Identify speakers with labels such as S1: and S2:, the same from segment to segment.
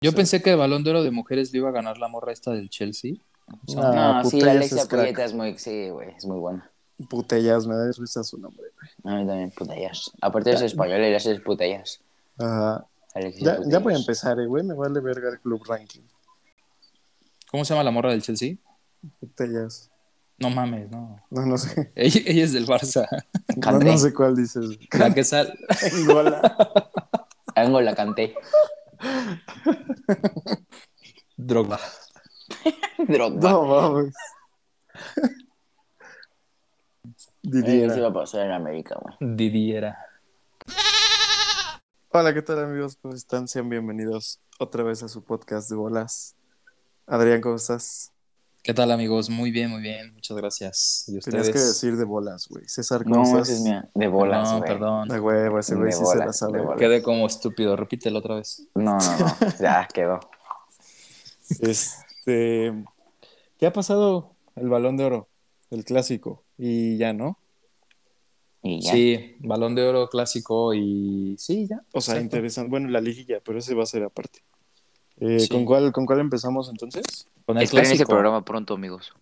S1: Yo pensé que el balón de oro de mujeres le iba a ganar la morra esta del Chelsea. O sea,
S2: No,
S3: Ah,
S2: sí,
S3: puta,
S2: la
S3: ya
S2: Alexia
S3: es crack.
S2: Putellas es muy, sí, güey, es muy buena.
S3: Putellas, me da risa su nombre. güey.
S2: A mí también, Putellas. Aparte de ser español, ella es Putellas.
S3: Ajá.
S2: Alexia
S3: Ya, ya
S2: Putellas.
S3: voy a empezar, eh, güey. Me vale verga el club ranking.
S1: ¿Cómo se llama la morra del Chelsea?
S3: Putellas.
S1: No mames, no.
S3: No, no sé.
S1: Ella, ella es del Barça.
S3: No, no sé cuál dices. güey.
S1: La que sal.
S3: Angola.
S2: Tengo la canté.
S1: Drogba.
S2: Drogba.
S3: No, vamos.
S2: Eh, ¿Qué
S3: Didier.
S2: va a pasar en América, güey?
S1: Didiera.
S3: Hola, ¿qué tal amigos? ¿Cómo están? Sean bienvenidos otra vez a su podcast de bolas. Adrián, ¿cómo estás?
S1: ¿Qué tal, amigos? Muy bien, muy bien. Muchas gracias. ¿Y ustedes?
S3: Tenías que decir de bolas, güey. César, ¿cómo
S2: No,
S3: estás?
S2: esa es mía. De bolas,
S1: no,
S2: güey.
S1: perdón.
S3: La huevo, ese güey
S2: De
S3: sí se la
S2: bolas,
S3: sabe.
S2: de
S3: güey.
S2: bolas.
S1: Quedé como estúpido. Repítelo otra vez.
S2: No, no, no. Ya quedó.
S3: Este, ¿Qué ha pasado el balón de oro? El clásico. Y ya, ¿no?
S2: Y ya.
S1: Sí, balón de oro clásico y sí, ya.
S3: O sea,
S1: Exacto.
S3: interesante. Bueno, la liguilla, pero ese va a ser aparte. Eh,
S1: Sí.
S3: ¿con, cuál, ¿Con cuál empezamos entonces?
S1: Con el
S2: Esperen ese
S1: clásico.
S2: programa pronto, amigos.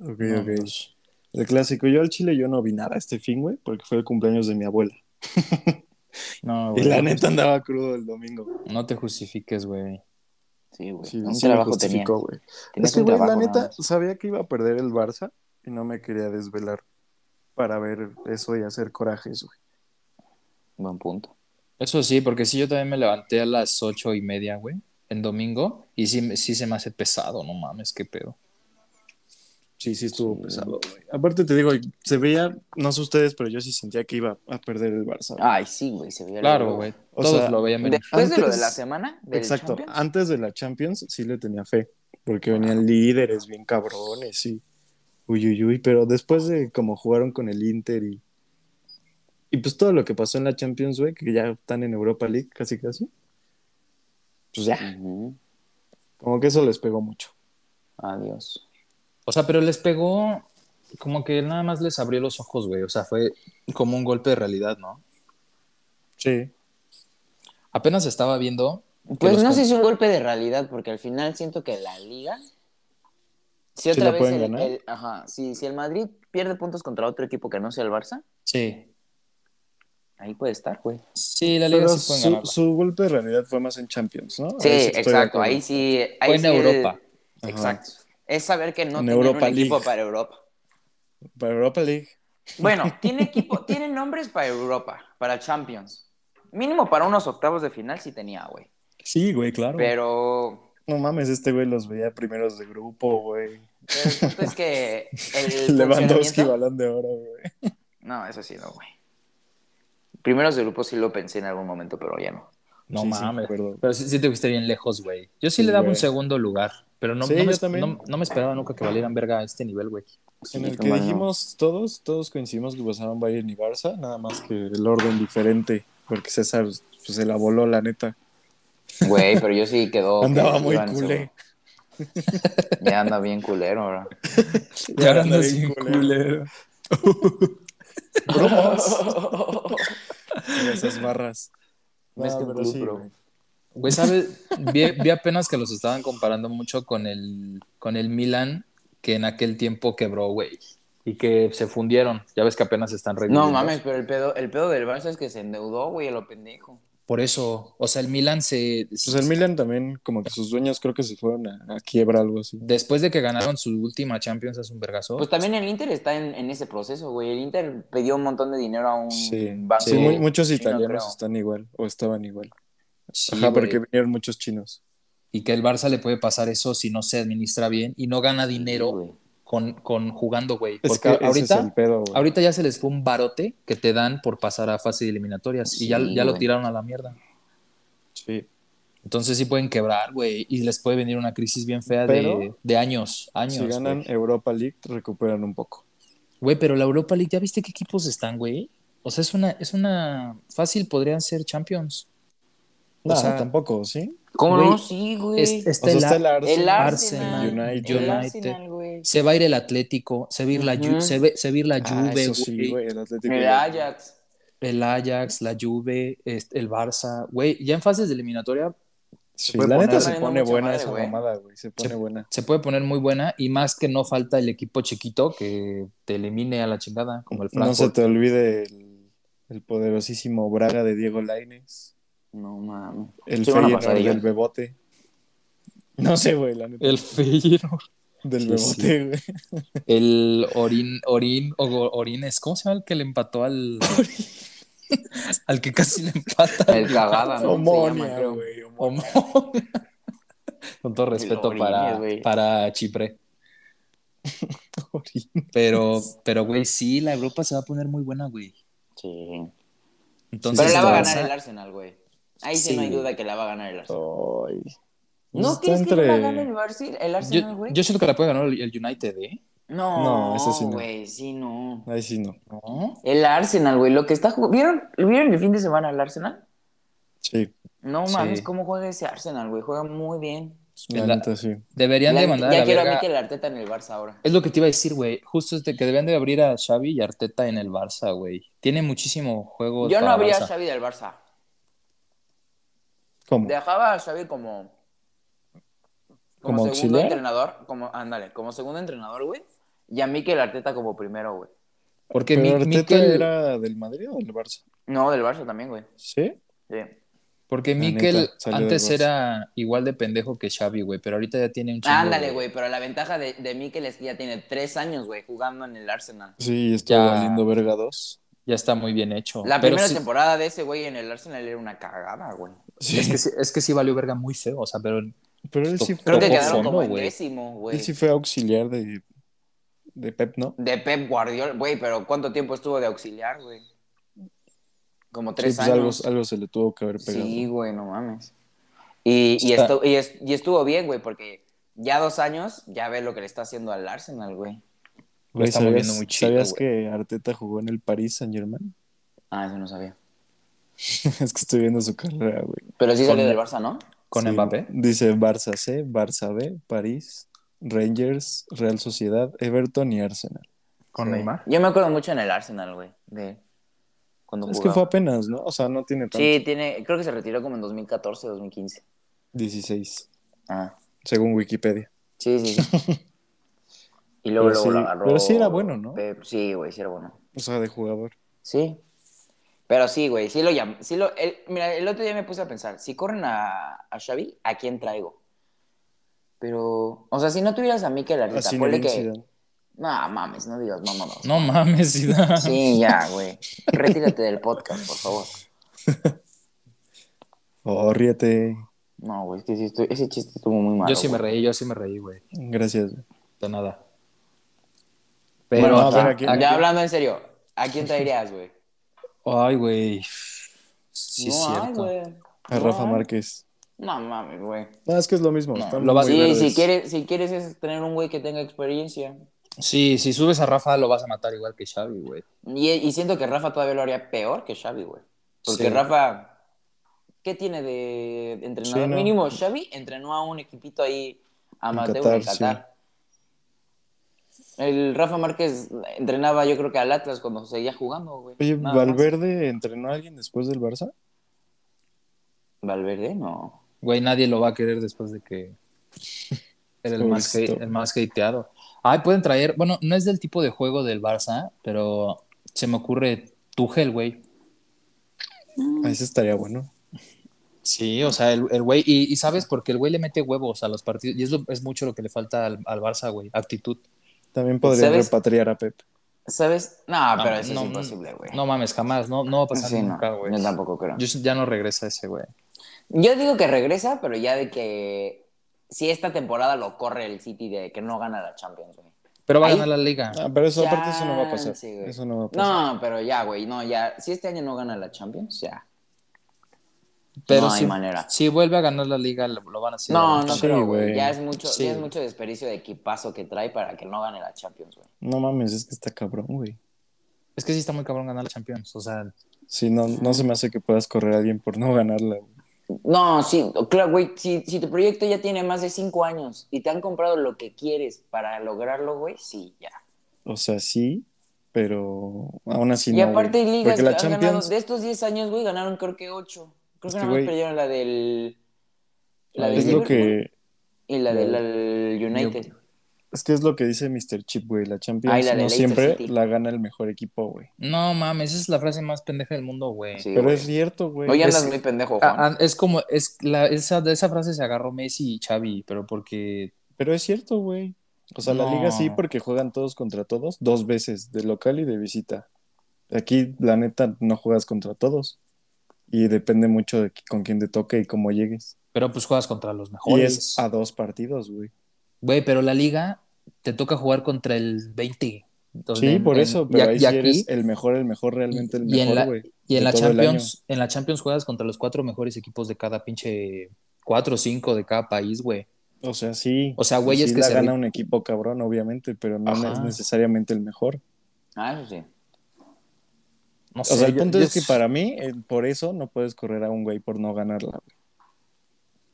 S3: Ok,
S1: No,
S3: ok.
S1: pues,
S3: El clásico. Yo al Chile yo no vi nada este fin, güey, porque fue el cumpleaños de mi abuela.
S1: no,
S3: Y
S1: güey,
S3: la
S1: no
S3: neta andaba crudo el domingo.
S1: te- No te justifiques, güey.
S2: Sí, güey.
S3: Sí,
S2: un
S3: sí me
S2: trabajo tenía.
S3: justificó, güey.
S2: Tenías
S3: Es que,
S2: un
S3: güey, la
S2: trabajo,
S3: neta,
S2: nada más.
S3: sabía que iba a perder el Barça y no me quería desvelar para ver eso y hacer corajes, güey.
S2: Buen punto.
S1: Eso sí, porque sí, yo también me levanté a las ocho y media, güey, en domingo. Y sí, me- sí se me hace pesado, no mames, qué pedo.
S3: Sí, sí estuvo pesado, güey. Aparte te digo, se veía, no sé ustedes, pero yo sí sentía que iba a perder el Barça. güey.
S2: Ay, sí, güey. Se veía
S1: Claro,
S2: la-
S1: güey.
S3: O
S1: Todos
S3: sea,
S1: lo veían venir.
S2: Después de lo de
S3: Antes-
S2: la semana, del
S3: Exacto.
S2: Champions,
S3: Antes de la Champions sí le tenía fe, porque venían líderes bien cabrones y uy, uy, uy, pero después de cómo jugaron con el Inter y y pues todo lo que pasó en la Champions, güey, que ya están en Europa League casi casi, pues ya,
S2: Ujú.
S3: como que eso les pegó mucho.
S2: Adiós.
S1: O sea, pero les pegó como que nada más les abrió los ojos, güey. O sea, fue como un golpe de realidad, ¿no?
S3: Sí.
S1: Apenas estaba viendo. que
S2: Pues
S1: los
S2: no
S1: com-
S2: sé si es un golpe de realidad, porque al final siento que la liga. Si otra
S3: la
S2: vez
S3: pueden
S2: el,
S3: ganar.
S2: el- ajá, si, si el Madrid pierde puntos contra otro equipo que no sea el Barça,
S1: Sí.
S2: ahí puede estar, güey.
S1: Sí, la liga
S3: Pero
S1: sí pueden
S3: su,
S1: ganarla.
S3: su golpe de realidad fue más en Champions, ¿no?
S2: Sí,
S3: Ahí estoy de
S2: exacto.
S3: acuerdo.
S2: Ahí sí. Ahí
S1: Fue en
S2: sí el-
S1: Europa.
S3: Ajá.
S2: Exacto. Es saber que no
S3: En
S2: tiene
S3: Europa
S2: un equipo
S3: League.
S2: para Europa.
S3: Para Europa League.
S2: Bueno, tiene equipo, tiene nombres para Europa, para Champions. Mínimo para unos octavos de final sí tenía, güey.
S1: Sí, güey, claro.
S2: Pero,
S3: No mames, este güey los veía primeros de grupo, güey.
S2: pero el punto es que el
S3: Lewandowski,
S2: funcionamiento-
S3: balón de oro, güey.
S2: No, eso sí, no, güey. Primeros de grupo sí lo pensé en algún momento, pero ya no.
S1: no
S3: Sí, sí, me
S1: mames.
S3: acuerdo.
S1: pero sí, sí te fuiste bien lejos, güey. Yo sí,
S3: Sí,
S1: le daba
S3: güey.
S1: un segundo lugar. Pero no,
S3: Sí,
S1: no me,
S3: yo también.
S1: no- no me esperaba nunca que valieran verga a este nivel, güey.
S3: En
S2: Sí,
S3: el que
S2: no, no.
S3: dijimos todos, todos coincidimos que pasaron Bayern y Barça, nada más que el orden diferente, porque César pues, se la voló, la neta.
S2: Güey, pero yo sí quedó.
S3: Andaba
S2: que
S3: muy
S2: iban
S3: culé.
S2: seguro. Ya anda bien culero ahora.
S1: Y ahora
S3: anda
S1: andas
S3: bien
S1: bien
S3: culero.
S1: culero.
S3: en esas barras.
S2: Más que un
S3: pero
S2: club,
S3: sí,
S2: bro.
S3: güey.
S1: Güey, ¿sabes? Vi, vi apenas que los estaban comparando mucho con el, con el Milan, que en aquel tiempo quebró, güey. Y que se fundieron. Ya ves que apenas están reviviendo.
S2: No mames, pero el pedo, el pedo del Barça es que se endeudó, güey, a lo pendejo.
S1: Por eso, o sea, el Milan se...
S3: Pues el Milan también, como que sus dueños creo que se fueron a, a quiebra, algo así.
S1: Después de que ganaron su última Champions es un vergazo.
S2: Pues también el Inter está en, en ese proceso, güey. El Inter pidió un montón de dinero a un
S3: Sí,
S2: banco.
S3: Sí, muy- muchos
S2: chino,
S3: italianos
S2: creo.
S3: están igual, o estaban igual.
S1: Sí,
S3: Ajá,
S1: güey.
S3: porque vinieron muchos chinos.
S1: Y que el Barça le puede pasar eso si no se administra bien y no gana
S2: Sí,
S1: dinero
S2: güey.
S1: con, con jugando, güey.
S3: Es
S1: Porque
S3: que ese
S1: ahorita,
S3: es el pedo, güey.
S1: ahorita ya se les fue un barote que te dan por pasar a fase de eliminatorias y ya,
S2: Sí,
S1: ya lo
S2: güey.
S1: tiraron a la mierda.
S3: Sí.
S1: Entonces sí pueden quebrar, güey, y les puede venir una crisis bien fea de,
S3: Pero-
S1: de años, años.
S3: Si ganan
S1: güey.
S3: Europa League, recuperan un poco.
S1: Güey, pero la Europa League, ¿ya viste qué equipos están, güey? O sea, es una, es una fácil, podrían ser Champions.
S3: No,
S1: o sea,
S3: tampoco, ¿sí?
S2: ¿Cómo
S1: Güey,
S2: no? Sí, güey.
S1: Es-
S3: O sea,
S1: el
S3: está el Arsenal.
S2: el Arsenal.
S1: Arsenal,
S3: United.
S2: El
S1: United.
S2: Arsenal, güey.
S1: Se va a ir el Atlético, se va a ir la, Ju-
S2: Ujú.
S1: se ve- se va a ir la
S3: Ah,
S1: Juve,
S3: eso sí,
S1: güey,
S3: güey, el Atlético.
S2: El
S3: ya-
S2: Ajax.
S1: el Ajax, la Juve, este, el Barça, güey, ya en fases de eliminatoria
S3: Sí,
S2: puede
S3: la
S2: poner
S3: neta se
S2: valiendo
S3: pone
S2: mucha
S3: buena
S2: madre,
S3: esa
S2: güey.
S3: mamada, güey. Se pone buena.
S1: Se puede poner muy buena y más que no falta el equipo chiquito que te elimine a la chingada, como el
S3: No se
S1: Frankfurt.
S3: te olvide el, el poderosísimo Braga de Diego Laines.
S2: No mames.
S3: El
S2: Sí, bueno,
S3: Feyenoord
S2: pasadilla.
S3: del Bebote. No sé, güey, la neta.
S1: El Feyenoord.
S3: Del
S1: Eh, Sí,
S3: Bebote, güey.
S1: El Orin, Orin, o Go- Orines, ¿cómo se llama el que le empató al. al que casi le empata?
S2: El cagada, ¿no? Se llama,
S3: Omonia,
S2: creo.
S3: güey. Omonia.
S1: Homo. Con todo respeto
S2: Orines,
S1: para,
S2: güey.
S1: para Chipre. Pero, pero, güey, sí, la Europa se va a poner muy buena, güey.
S2: Sí.
S1: Entonces,
S2: Pero la va a ganar
S1: Barça-
S2: el Arsenal, güey. Ahí sí,
S3: Sí.
S2: no hay duda que la va a ganar el Arsenal.
S3: Ay.
S2: ¿No
S3: Está
S2: crees que la
S3: entre-
S2: va a ganar el Barça- el Arsenal,
S1: Yo,
S2: güey?
S1: yo siento que la puede ganar el el United, ¿eh?
S2: No,
S3: No, ese sí no.
S2: güey, sí no.
S3: Ay, sí, no.
S1: ¿No?
S2: El Arsenal, güey, lo que está jugando. ¿Vieron, ¿Vieron el fin de semana el Arsenal?
S3: Sí, pues,
S2: No
S1: Sí.
S2: mames, cómo juega ese Arsenal, güey. Juega muy bien.
S3: la
S1: La-
S3: neta, sí.
S1: Deberían
S2: La-
S1: de mandar a
S2: ya
S1: la
S2: quiero
S1: verga-
S2: a Mikel Arteta en el Barça ahora.
S1: Es lo que te iba a decir, güey. Justo este que debían de abrir a Xavi y Arteta en el Barça, güey. Tiene muchísimo juego.
S2: Yo no
S1: para
S2: abría a
S1: Barça.
S2: Xavi del Barça.
S3: ¿Cómo?
S2: Dejaba a Xavi como. Como,
S3: ¿Como
S2: segundo
S3: auxiliar?
S2: entrenador. Como, ándale, como segundo entrenador, güey. Y a Mikel Arteta como primero, güey.
S1: Porque
S3: ¿Pero
S1: Mi-
S3: Arteta
S1: Mikel,
S3: era del Madrid o del Barça?
S2: No, del Barça también, güey.
S3: Sí.
S2: Sí.
S1: porque
S3: La
S1: Mikel
S3: neta, salió
S1: antes
S3: del Barça.
S1: era igual de pendejo que Xavi, güey. Pero ahorita ya tiene un chingo.
S2: Ándale,
S1: de-
S2: güey, pero la ventaja de, de Mikel es que ya tiene tres años, güey, jugando en el Arsenal.
S3: Sí, estuvo
S1: Ya.
S3: valiendo verga dos.
S1: Ya está muy bien hecho.
S2: La
S1: Pero
S2: primera
S1: sí-
S2: temporada de ese güey en el Arsenal era una cagada, güey.
S3: Sí,
S1: Es que, sí- es que sí valió verga muy feo. O sea, pero
S3: pero él sí, fue,
S2: Creo que
S1: Tocó
S2: quedaron
S1: fondo,
S2: como en
S1: güey.
S2: décimo, güey.
S3: él sí fue auxiliar de, de Pep, ¿no?
S2: De Pep Guardiola, güey, pero ¿cuánto tiempo estuvo de auxiliar, güey? Como tres
S3: sí, pues algo,
S2: años.
S3: algo se le tuvo que haber pegado.
S2: sí, güey, no mames. Y, y,
S1: Está-
S2: estu- y es- y estuvo bien, güey, porque ya dos años ya ve lo que le está haciendo al Arsenal, güey.
S1: lo
S3: Güey,
S1: está
S3: ¿sabías-
S1: moviendo muy chido.
S3: ¿Sabías
S1: güey.
S3: que Arteta jugó en el Paris Saint Germain?
S2: Ah, eso no sabía.
S3: es que estoy viendo su carrera, güey.
S2: Pero sí salió
S1: Con-
S2: del Barça, ¿no?
S1: Con
S3: Sí,
S1: Mbappé.
S3: Dice Barça C, Barça B, París, Rangers, Real Sociedad, Everton y Arsenal.
S1: Con
S2: Sí.
S1: Neymar.
S2: Yo me acuerdo mucho en el Arsenal, güey, de cuando
S3: Es que
S2: jugaba.
S3: fue apenas, ¿no? O sea, no tiene tanto.
S2: Sí, tiene, creo que se retiró como en 2014, 2015.
S3: 16,
S2: Ah,
S3: según Wikipedia.
S2: sí, sí, sí. y luego,
S3: Pero
S2: luego lo
S3: sí-
S2: agarró.
S3: pero sí era bueno, ¿no?
S2: Pep. sí, güey, sí era bueno.
S3: O sea, de jugador.
S2: Sí. Pero sí, güey, sí lo llam- sí lo, el- mira, el otro día me puse a pensar, si corren a, a Xavi, ¿a quién traigo? Pero, o sea, si no tuvieras a Mikel Arteta,
S3: Así
S2: ponle
S3: Zinedine
S2: que...
S3: Zidane.
S2: No, mames, no digas, no, no, no.
S1: No mames, Zidane.
S2: Sí, ya, güey. Retírate del podcast, por favor.
S3: Oh, ríete.
S2: No, güey, es que sí estoy- ese chiste estuvo muy malo.
S1: Yo sí me
S2: güey.
S1: reí, yo sí me reí, güey.
S3: Gracias. güey.
S1: De nada. Pero,
S2: Bueno,
S3: a ver,
S2: ya-
S3: ¿a quién-
S2: ya
S3: a quién?
S2: hablando en serio, ¿a quién traerías, güey?
S1: Ay, güey. Sí, es
S2: no hay,
S1: cierto.
S2: güey.
S3: A
S2: No
S3: Rafa
S2: hay.
S3: Márquez.
S2: No mames, güey.
S3: No, es que es lo mismo.
S2: No,
S3: están
S1: lo vas-
S3: muy
S2: Sí,
S3: verdes.
S2: si quieres, si quieres es tener un güey que tenga experiencia.
S1: Sí, si subes a Rafa lo vas a matar igual que Xavi, güey.
S2: Y, y siento que Rafa todavía lo haría peor que Xavi, güey. Porque
S1: Sí.
S2: Rafa, ¿qué tiene de entrenador?
S3: Sí, no.
S2: Mínimo, Xavi entrenó a un equipito ahí amateur en Qatar.
S3: Qatar,
S2: En Qatar. El Rafa Márquez entrenaba, yo creo que al Atlas cuando seguía jugando, güey.
S3: Oye,
S2: Nada más.
S3: ¿Valverde entrenó a alguien después del Barça?
S2: Valverde, no.
S1: Güey, nadie lo va a querer después de que era el más,
S3: Pobrecito.
S1: hate- el más hateado. Ay, pueden traer, bueno, no es del tipo de juego del Barça, pero se me ocurre Tuchel, güey.
S3: Ah, Ese estaría bueno.
S1: Sí, o sea, el el güey, y, y sabes, porque el güey le mete huevos a los partidos, y es, lo- es mucho lo que le falta al, al Barça, güey, actitud.
S3: También podría
S2: ¿Sabes?
S3: repatriar a Pep.
S2: ¿Sabes? No,
S1: No,
S2: pero eso
S1: no,
S2: es imposible, güey.
S1: No mames, jamás, no, no va a pasar
S2: Sí, no,
S1: nunca, güey.
S2: yo tampoco creo.
S1: Yo ya no regresa ese, güey.
S2: Yo digo que regresa, pero ya de que si esta temporada lo corre el City de que no gana la Champions, güey.
S1: Pero va a
S2: Ahí-
S1: ganar la liga.
S3: Ah, pero eso aparte eso no va a pasar.
S2: Chance, güey.
S3: Eso no va a
S1: Pues
S3: pasar.
S2: No, pero ya, güey, no, ya. Si este año no gana la Champions, ya.
S1: Pero
S2: No hay
S1: si,
S2: manera.
S1: si vuelve a ganar la liga, lo, lo van a hacer.
S2: No, no
S3: sí,
S2: creo, güey.
S3: güey.
S2: Ya es mucho,
S1: Sí.
S2: ya es mucho desperdicio de equipazo que trae para que no gane la Champions, güey.
S3: No. mames, es que está cabrón, güey.
S1: Es que sí está muy cabrón ganar la Champions. O sea,
S3: Sí, no, no se me hace que puedas correr a alguien por no ganarla. güey.
S2: No, sí, claro, güey, si, si tu proyecto ya tiene más de cinco años y te han comprado lo que quieres para lograrlo, güey, sí, ya.
S3: O sea, sí, pero aún así
S2: y
S3: no.
S2: aparte,
S3: güey.
S2: ligas
S3: Porque
S2: que
S3: la
S2: han ganado,
S3: Champions.
S2: de estos 10 años, güey, ganaron creo que 8. Creo
S3: Es
S2: que
S3: que,
S2: nada más
S3: güey,
S2: perdieron la del. La de
S3: Es lo
S2: Liverpool
S3: que,
S2: y la del
S1: la-
S2: el United.
S3: es que es lo que dice Mr. Chip, güey. La Champions
S2: Ay, la de
S3: no
S2: Leicester
S3: siempre
S2: City.
S3: la gana el mejor equipo, güey.
S1: No mames, esa es la frase más pendeja del mundo, güey.
S2: Sí,
S3: Pero
S2: güey.
S3: es cierto, güey.
S2: Hoy andas
S3: Es-
S2: muy pendejo, Juan.
S1: Ah, ah, es como, es la, esa, de esa frase se agarró Messi y Xavi, pero porque
S3: Pero es cierto, güey. O sea, la
S1: No.
S3: liga sí, porque juegan todos contra todos dos veces, de local y de visita. Aquí, la neta, no juegas contra todos. Y depende mucho de qui- con quién te toque y cómo llegues.
S1: Pero pues juegas contra los
S3: Y
S1: mejores.
S3: es a dos partidos, güey.
S1: Güey, pero la liga te toca jugar contra el 20. Entonces,
S3: Sí,
S1: en-
S3: por
S1: en-
S3: eso,
S1: y
S3: pero
S1: a-
S3: ahí
S1: y
S3: sí
S1: aquí-
S3: eres el mejor, el mejor, realmente el
S1: y en la-
S3: mejor, güey.
S1: Y en
S3: de
S1: la
S3: todo el
S1: Champions, en la Champions juegas contra los cuatro mejores equipos de cada pinche cuatro o cinco de cada país, güey.
S3: O sea, sí.
S1: O sea, güeyes
S3: sí
S1: que
S3: la
S1: se
S3: gana
S1: ri-
S3: un equipo cabrón, obviamente, pero no
S1: Ajá.
S3: es necesariamente el mejor.
S2: Ah, eso sí.
S1: No
S3: O sea, el
S1: yo-
S3: punto
S1: yo-
S3: es que para mí, eh, por eso no puedes correr a un güey por no ganarla. güey.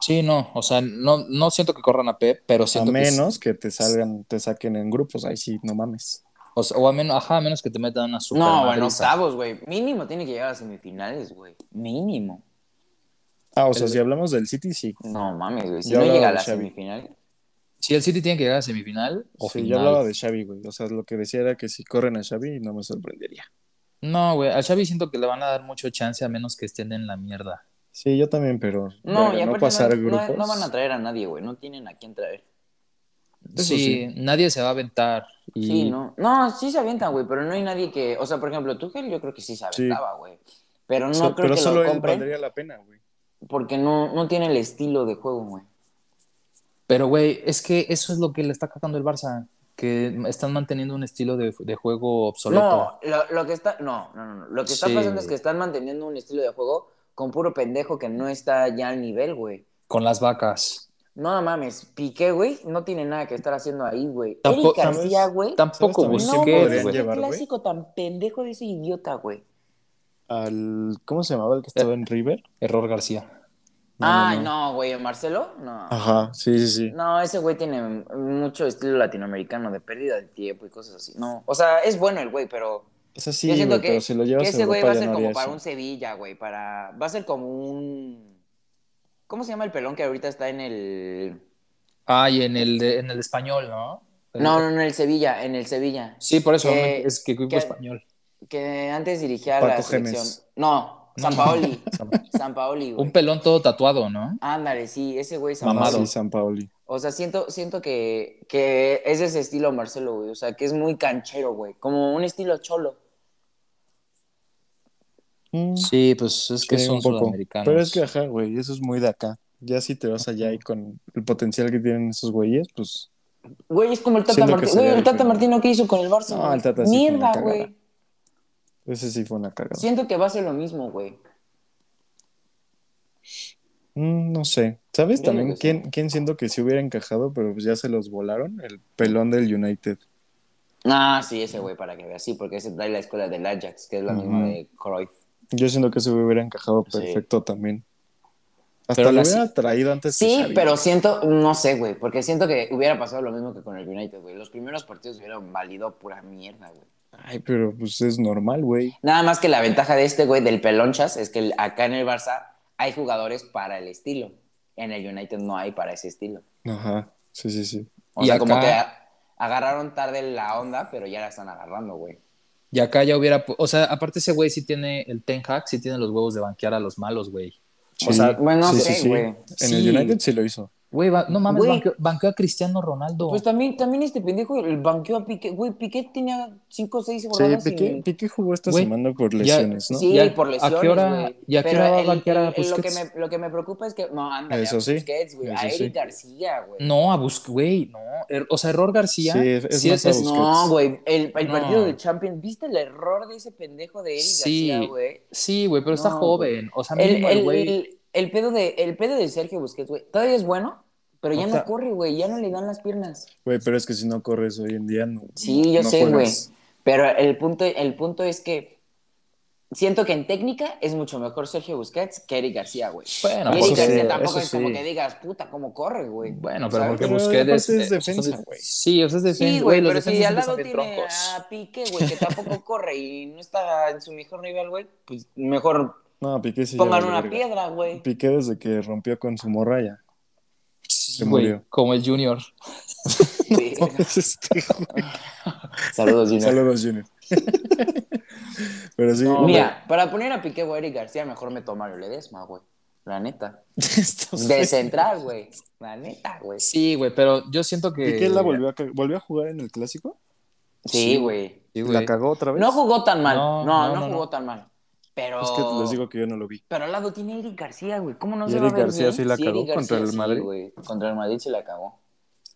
S1: Sí, no, o sea, no, no siento que corran a Pep, pero
S3: A
S1: siento que sí.
S3: menos que te salgan, te saquen en grupos. Ahí sí, no mames.
S1: o, sea, o a menos, ajá, a menos que te metan una super
S2: No, bueno,
S1: madriza.
S2: octavos, güey. Mínimo tiene que llegar a semifinales, güey. Mínimo.
S3: Ah, o sea,
S1: El-
S3: si hablamos del City, sí.
S2: No mames, güey. Si
S3: Yo
S2: no
S3: hablaba
S2: llega a
S3: de
S2: la
S3: Xavi.
S2: semifinal.
S1: Si el City tiene que llegar a semifinal o
S3: Sí, yo
S1: final.
S3: hablaba de Xavi, güey. O sea, lo que decía era que si corren a Xavi, no me sorprendería.
S1: No, güey, a Xavi siento que le van a dar mucho chance a menos que estén en la mierda.
S3: Sí, yo también, pero
S2: No,
S3: verga,
S2: y aparte
S3: no pasar
S2: no,
S3: grupos.
S2: no van a traer a nadie, güey. No tienen a quién traer.
S3: Eso
S1: sí,
S3: sí.
S1: nadie se va a aventar. Y...
S2: Sí, no. No, sí se avientan, güey, pero no hay nadie que. O sea, por ejemplo, Tuchel yo creo que sí se
S3: Sí.
S2: aventaba, güey. Pero no
S3: So-
S2: creo
S3: pero
S2: que
S3: solo
S2: lo
S3: él
S2: compren
S3: valdría la pena, güey.
S2: porque no, no tiene el estilo de juego, güey.
S1: Pero, güey, es que eso es lo que le está cagando el Barça, que están manteniendo un estilo de, de juego obsoleto.
S2: No, lo, lo que está. No, no, no. no. Lo que está
S1: Sí.
S2: pasando es que están manteniendo un estilo de juego con puro pendejo que no está ya al nivel, güey.
S1: Con las vacas.
S2: No mames, Piqué, güey, no tiene nada que estar haciendo ahí, güey.
S1: Tampoco-
S2: Eric García, güey.
S1: Tampoco
S3: ¿Sabes
S2: No,
S3: también
S1: busqué,
S3: quién
S2: mames,
S3: podrían
S1: güey.
S2: qué
S3: llevar, güey?
S2: clásico tan pendejo de ese idiota, güey.
S3: Al... ¿Cómo se llamaba el que estaba en River?
S1: Error García.
S3: No,
S2: Ay,
S3: no, no.
S2: Ah, no, güey, Marcelo, no.
S1: Ah.
S3: Ajá, sí, sí, sí.
S2: No, ese güey tiene mucho estilo latinoamericano de pérdida de tiempo y cosas así. No, o sea, es bueno el güey, pero
S3: Es así,
S2: yo
S3: güey,
S2: siento
S3: pero
S2: que,
S3: si lo
S2: que
S3: llevas a
S2: ese güey va
S3: Europa
S2: a
S3: ya
S2: ser
S3: no
S2: como
S3: haría
S2: para un
S3: eso.
S2: Sevilla, güey, para va a ser como un ¿Cómo se llama el pelón que ahorita está en el
S1: Ah, y en el, de- en el español, ¿no?
S2: No, no, no, el Sevilla, en el Sevilla,
S1: Sí, por eso,
S2: Que-
S1: no, es que equipo
S2: que-
S1: español.
S2: que antes dirigía a la
S3: Paco
S2: selección.
S3: Gémez.
S2: No, San Paoli. San Paoli, güey.
S1: Un pelón todo tatuado, ¿no?
S2: Ándale, sí, ese güey San
S1: Mamado.
S2: Paoli.
S3: Sí, San Paoli.
S2: O sea, siento, siento que, que es ese estilo Marcelo, güey. O sea, que es muy canchero, güey. Como un estilo cholo.
S3: Mm,
S1: Sí, pues es que
S3: sí,
S1: son
S3: un poco.
S1: sudamericanos.
S3: Pero es que, ajá, güey, eso es muy de acá. Ya si te vas allá y con el potencial que tienen esos güeyes, pues
S2: Güey, es como el Tata
S3: Siento que
S2: Martino.
S3: sería
S2: Güey, el Tata
S3: diferente.
S2: Martino que hizo con el Barça.
S3: No,
S2: güey?
S3: el Tata sí fue una
S2: Mierda,
S3: cagada.
S2: güey.
S3: ese sí fue una cagada.
S2: Siento que va a ser lo mismo, güey.
S3: Mm, no sé. ¿Sabes
S2: Yo digo
S3: también
S2: que sí.
S3: quién, quién siento que sí hubiera encajado, pero pues ya se los volaron? El pelón del United.
S2: Ah, sí, ese güey, para que veas. Sí, porque ese trae la escuela del Ajax, que es la misma
S3: Ujú.
S2: de Cruyff.
S3: Yo siento que se hubiera encajado
S2: Sí.
S3: perfecto también. Hasta
S1: Pero
S3: lo
S1: la-
S3: hubiera traído antes que
S2: Sí,
S3: Xavi.
S2: pero siento, no sé, güey, porque siento que hubiera pasado lo mismo que con el United, güey. Los primeros partidos hubieran valido pura mierda, güey.
S3: Ay, pero pues es normal, güey.
S2: Nada más que la ventaja de este güey del pelonchas es que el- acá en el Barça hay jugadores para el estilo. En el United no hay para ese estilo.
S3: Ajá. Sí, sí, sí.
S2: O
S1: Y
S2: sea, como
S1: acá-
S2: que a- agarraron tarde la onda, pero ya la están agarrando, güey.
S1: Y acá ya hubiera. pu- O sea, aparte ese güey sí tiene el Ten Hag, sí tiene los huevos de banquear a los malos, güey.
S2: O sea, bueno, no sé, güey.
S3: En
S1: Sí.
S3: el United sí lo hizo.
S1: Güey, va- no mames,
S2: Güey.
S1: banqueó, banqueó a Cristiano Ronaldo.
S2: Pues también, también este pendejo el banqueó a Piqué. Güey, Piqué tenía 5 o 6
S3: Sí,
S2: jornadas
S3: Piqué,
S2: sin-
S3: Piqué jugó esta
S1: Güey,
S3: semana por
S1: ya-
S3: lesiones, ¿no?
S2: Sí,
S1: ¿Y a-
S2: por
S1: a qué
S2: lesiones,
S1: hora-
S2: güey.
S1: y a qué hora va a banquear a
S2: lo, que me,
S1: Busquets?
S2: lo que me preocupa es que... No, ándale,
S3: Eso
S2: a
S3: sí,
S2: Busquets, güey. A
S3: eso
S2: Eric
S3: sí.
S2: García, güey.
S1: No, a Busque, güey, no. Er- o sea, Error García.
S3: Sí, es- es más a Busquets.
S2: No, güey, el, el
S1: No.
S2: partido de Champions, ¿viste el error de ese pendejo de Eric
S1: Sí.
S2: García, güey?
S1: Sí, güey, pero está
S2: No,
S1: joven. O sea,
S2: El,
S1: mínimo el
S2: el,
S1: güey.
S2: el- el pedo de, el pedo de Sergio Busquets, güey, todavía es bueno, pero ya
S1: O
S2: no
S1: sea-
S2: corre, güey, ya no le dan las piernas.
S3: Güey, pero es que si no corres hoy en día, no.
S2: Sí, yo
S3: no
S2: sé, güey,
S3: juegas.
S2: pero el punto, el punto es que siento que en técnica es mucho mejor Sergio Busquets que Eric García, güey.
S1: Bueno,
S2: Y
S1: por-
S2: Eric
S3: eso
S2: García
S3: sí,
S2: tampoco
S3: eso
S2: es como
S3: sí.
S2: que digas, puta, cómo corre, güey.
S1: bueno, pero
S2: ¿sabes?
S1: porque
S3: Pero
S1: Busquets
S3: aparte
S1: es,
S3: es
S1: eh, son
S3: defensa,
S1: de-
S3: güey.
S1: Sí, o sea, es defensa.
S2: Sí, güey,
S1: los
S2: pero si
S1: defensas
S2: al lado
S1: son bien
S2: tiene
S1: troncos.
S2: a Piqué, güey, que tampoco corre y no está en su mejor nivel, güey, pues mejor
S3: No, Piqué sí. ya
S2: pongan
S3: vale
S2: una
S3: verga.
S2: piedra, güey.
S3: Piqué desde que rompió con su morra ya. Se
S1: Güey,
S3: murió.
S1: como el Junior.
S2: Sí.
S3: Este,
S2: Saludos, Gina.
S3: Saludos, Junior. Pero sí,
S1: No,
S3: güey,
S2: Mira, para poner a Piqué o a Eric García, mejor me toma Mario Ledesma, güey. La neta.
S3: estos
S2: De
S3: güeyes.
S2: central, güey. La neta, güey.
S1: Sí, güey, pero yo siento que.
S3: ¿Y qué la volvió a, ca- volvió a jugar en el clásico?
S2: Sí, güey.
S1: Sí, güey.
S3: ¿La cagó otra vez?
S2: No jugó tan mal.
S1: No,
S2: No, no,
S1: no, no,
S2: jugó
S1: no.
S2: tan mal. Pero.
S3: Es que les digo que yo no lo vi.
S2: Pero al lado tiene Eric García, güey. ¿Cómo no
S3: Y
S2: se va a
S3: Eric
S2: ver
S3: García
S2: bien?
S3: sí la
S2: Eric
S3: cagó contra el
S2: sí,
S3: Madrid.
S2: güey. Contra el Madrid se la cagó.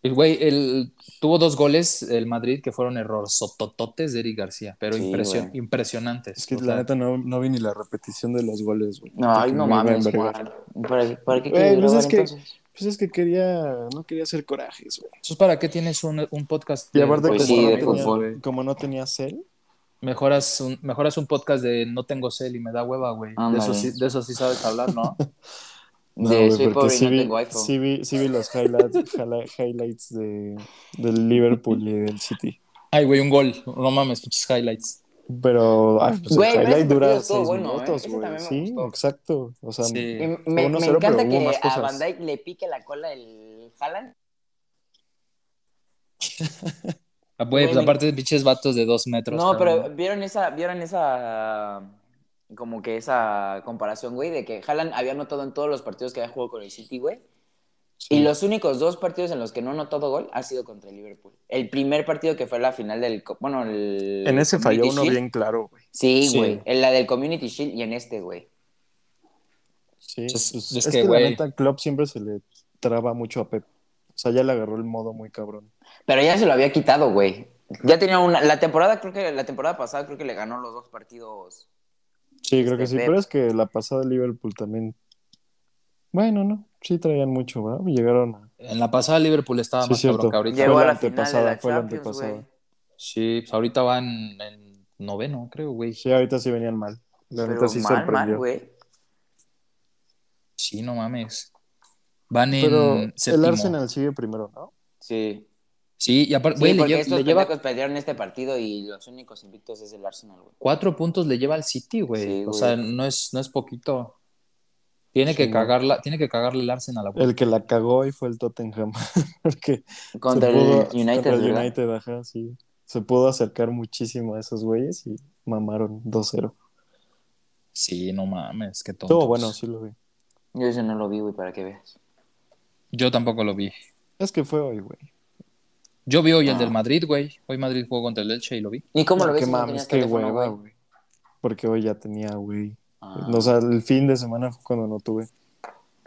S1: El güey el- tuvo dos goles el Madrid que fueron errores sotototes de Eric García, pero
S2: Sí,
S1: impresio-
S2: güey.
S1: impresionantes.
S3: Es que
S1: O
S3: la
S1: sea,
S3: neta no, no vi ni la repetición de los goles, güey.
S2: No, ay,
S3: Porque
S2: no
S3: me iba a
S2: mames,
S3: envergar.
S2: Juan. ¿Para, para qué
S3: Güey, pues
S2: quieres grabar,
S3: es que-
S2: entonces?
S3: Pues es que quería, no quería hacer corajes, güey.
S1: ¿eso es para qué tienes un, un podcast?
S3: Y aparte, como,
S2: Pues
S1: fútbol,
S2: sí,
S3: no
S2: de
S1: güey?
S3: tenía,
S2: fútbol.
S3: como no tenía cel,
S1: Mejoras un, mejoras un podcast de No tengo cel y me da hueva, güey. De
S2: Ándale.
S1: eso, sí, de eso sí sabes hablar, ¿no?
S3: no,
S2: de
S3: güey,
S2: soy
S3: porque
S2: pobre y
S3: sí
S2: no
S3: vi,
S2: tengo iPhone.
S3: sí vi, sí vi los highlights, jala- highlights de, del Liverpool y del City.
S1: Ay, güey, un gol. No mames, pinches highlights.
S3: Pero, ay, pues
S2: Güey,
S3: el
S2: pero ese
S3: highlight dura
S2: partido estuvo
S3: seis
S2: bueno, ¿eh?
S3: minutos,
S2: Ese
S3: güey.
S2: también me
S3: Sí,
S2: gustó.
S3: exacto. O sea,
S1: Sí.
S2: Y me,
S3: Fue
S2: me
S3: 1-0,
S2: encanta
S3: pero hubo
S2: que
S3: más
S2: a
S3: cosas.
S2: Van Dyke le pique la cola el Haaland.
S1: Ah, Güey,
S2: Güey,
S1: pues
S2: me-
S1: aparte, pinches vatos de dos metros.
S2: No,
S1: cabrón.
S2: pero vieron esa, vieron esa, como que esa comparación, güey, de que Haaland había anotado en todos los partidos que había jugado con el City, güey. Y los únicos dos partidos en los que no ha anotado gol ha sido contra el Liverpool. El primer partido que fue la final del, co- bueno, el
S3: En ese falló
S2: British
S3: uno
S2: Shield.
S3: bien claro, güey.
S2: Sí,
S1: Sí.
S2: güey, en la del Community Shield y en este, güey.
S3: Sí,
S1: Es-
S3: pues,
S1: es
S3: es,
S1: que,
S3: que,
S1: güey.
S3: la neta, Klopp siempre se le traba mucho a Pep. O sea, ya le agarró el modo muy cabrón.
S2: Pero ya se lo había quitado, güey. Ya tenía una, la temporada creo que la temporada pasada creo que le ganó los dos partidos.
S3: Sí, creo
S2: Este,
S3: que sí,
S2: Pep.
S3: pero es que la pasada de Liverpool también. Bueno, no, sí traían mucho, ¿verdad? Llegaron a.
S1: En la pasada Liverpool estaba
S3: Sí,
S1: más cabrón
S3: cierto.
S1: que ahorita.
S2: Llegó
S3: Fue
S2: a
S3: la
S2: la final de
S3: antepasada,
S2: la
S3: fue la
S2: Champions, güey.
S3: antepasada.
S1: Sí, pues ahorita van en noveno, creo, güey.
S3: Sí, ahorita sí venían mal. La neta
S2: Pero
S3: sí
S2: mal, mal,
S3: sorprendió.
S2: güey.
S1: Sí, no mames. Van en
S3: pero el
S1: séptimo.
S3: Arsenal sigue primero, ¿no?
S2: Sí.
S1: Sí, y aparte,
S2: Sí,
S1: güey, le,
S2: porque
S1: lle-
S2: estos
S1: le lleva
S2: pendejos perdieron este partido y los únicos invictos es el Arsenal, güey.
S1: cuatro puntos, le lleva al City, güey.
S2: Sí,
S1: o
S2: güey.
S1: sea, no es, no es poquito. Tiene que
S3: Sí,
S1: cagarla, tiene que cagarle el Arsenal. güey.
S3: El que la cagó hoy fue el Tottenham. Porque
S2: Contra
S3: se
S2: el
S3: pudo-
S2: United,
S3: contra el
S2: ¿verdad?
S3: United, ajá, sí. Se pudo acercar muchísimo a esos güeyes y mamaron 2-0.
S1: Sí, no mames, qué tonto.
S3: Estuvo bueno, sí lo vi.
S2: Yo eso no lo vi, güey, para que veas.
S1: Yo tampoco lo vi.
S3: Es que fue hoy, güey.
S1: Yo vi hoy el
S2: Ah.
S1: del Madrid, güey. Hoy Madrid jugó contra el Elche y lo vi.
S2: ¿Y cómo
S3: No,
S2: lo ves?
S3: Qué
S2: si no
S3: mames,
S2: tenías
S3: qué
S2: teléfono,
S3: hueva, güey. Porque hoy ya tenía, güey.
S2: Ah.
S3: O sea, el fin de semana fue cuando no tuve.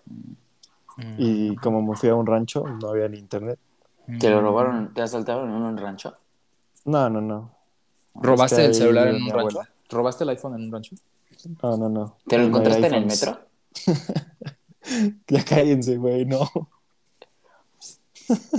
S2: Mm.
S3: Y como me fui a un rancho, no había ni internet.
S1: Mm.
S2: ¿Te lo robaron? ¿Te asaltaron en un rancho?
S3: No, no, no.
S1: ¿Robaste
S3: Es que
S1: el celular
S3: ahí
S1: en un
S3: mi
S1: rancho?
S3: abuela.
S1: ¿Robaste el iPhone en un rancho?
S3: No, no, no.
S2: ¿Te lo
S3: No hay
S2: encontraste en el
S3: iPhones.
S2: metro?
S3: Ya cállense, güey, no.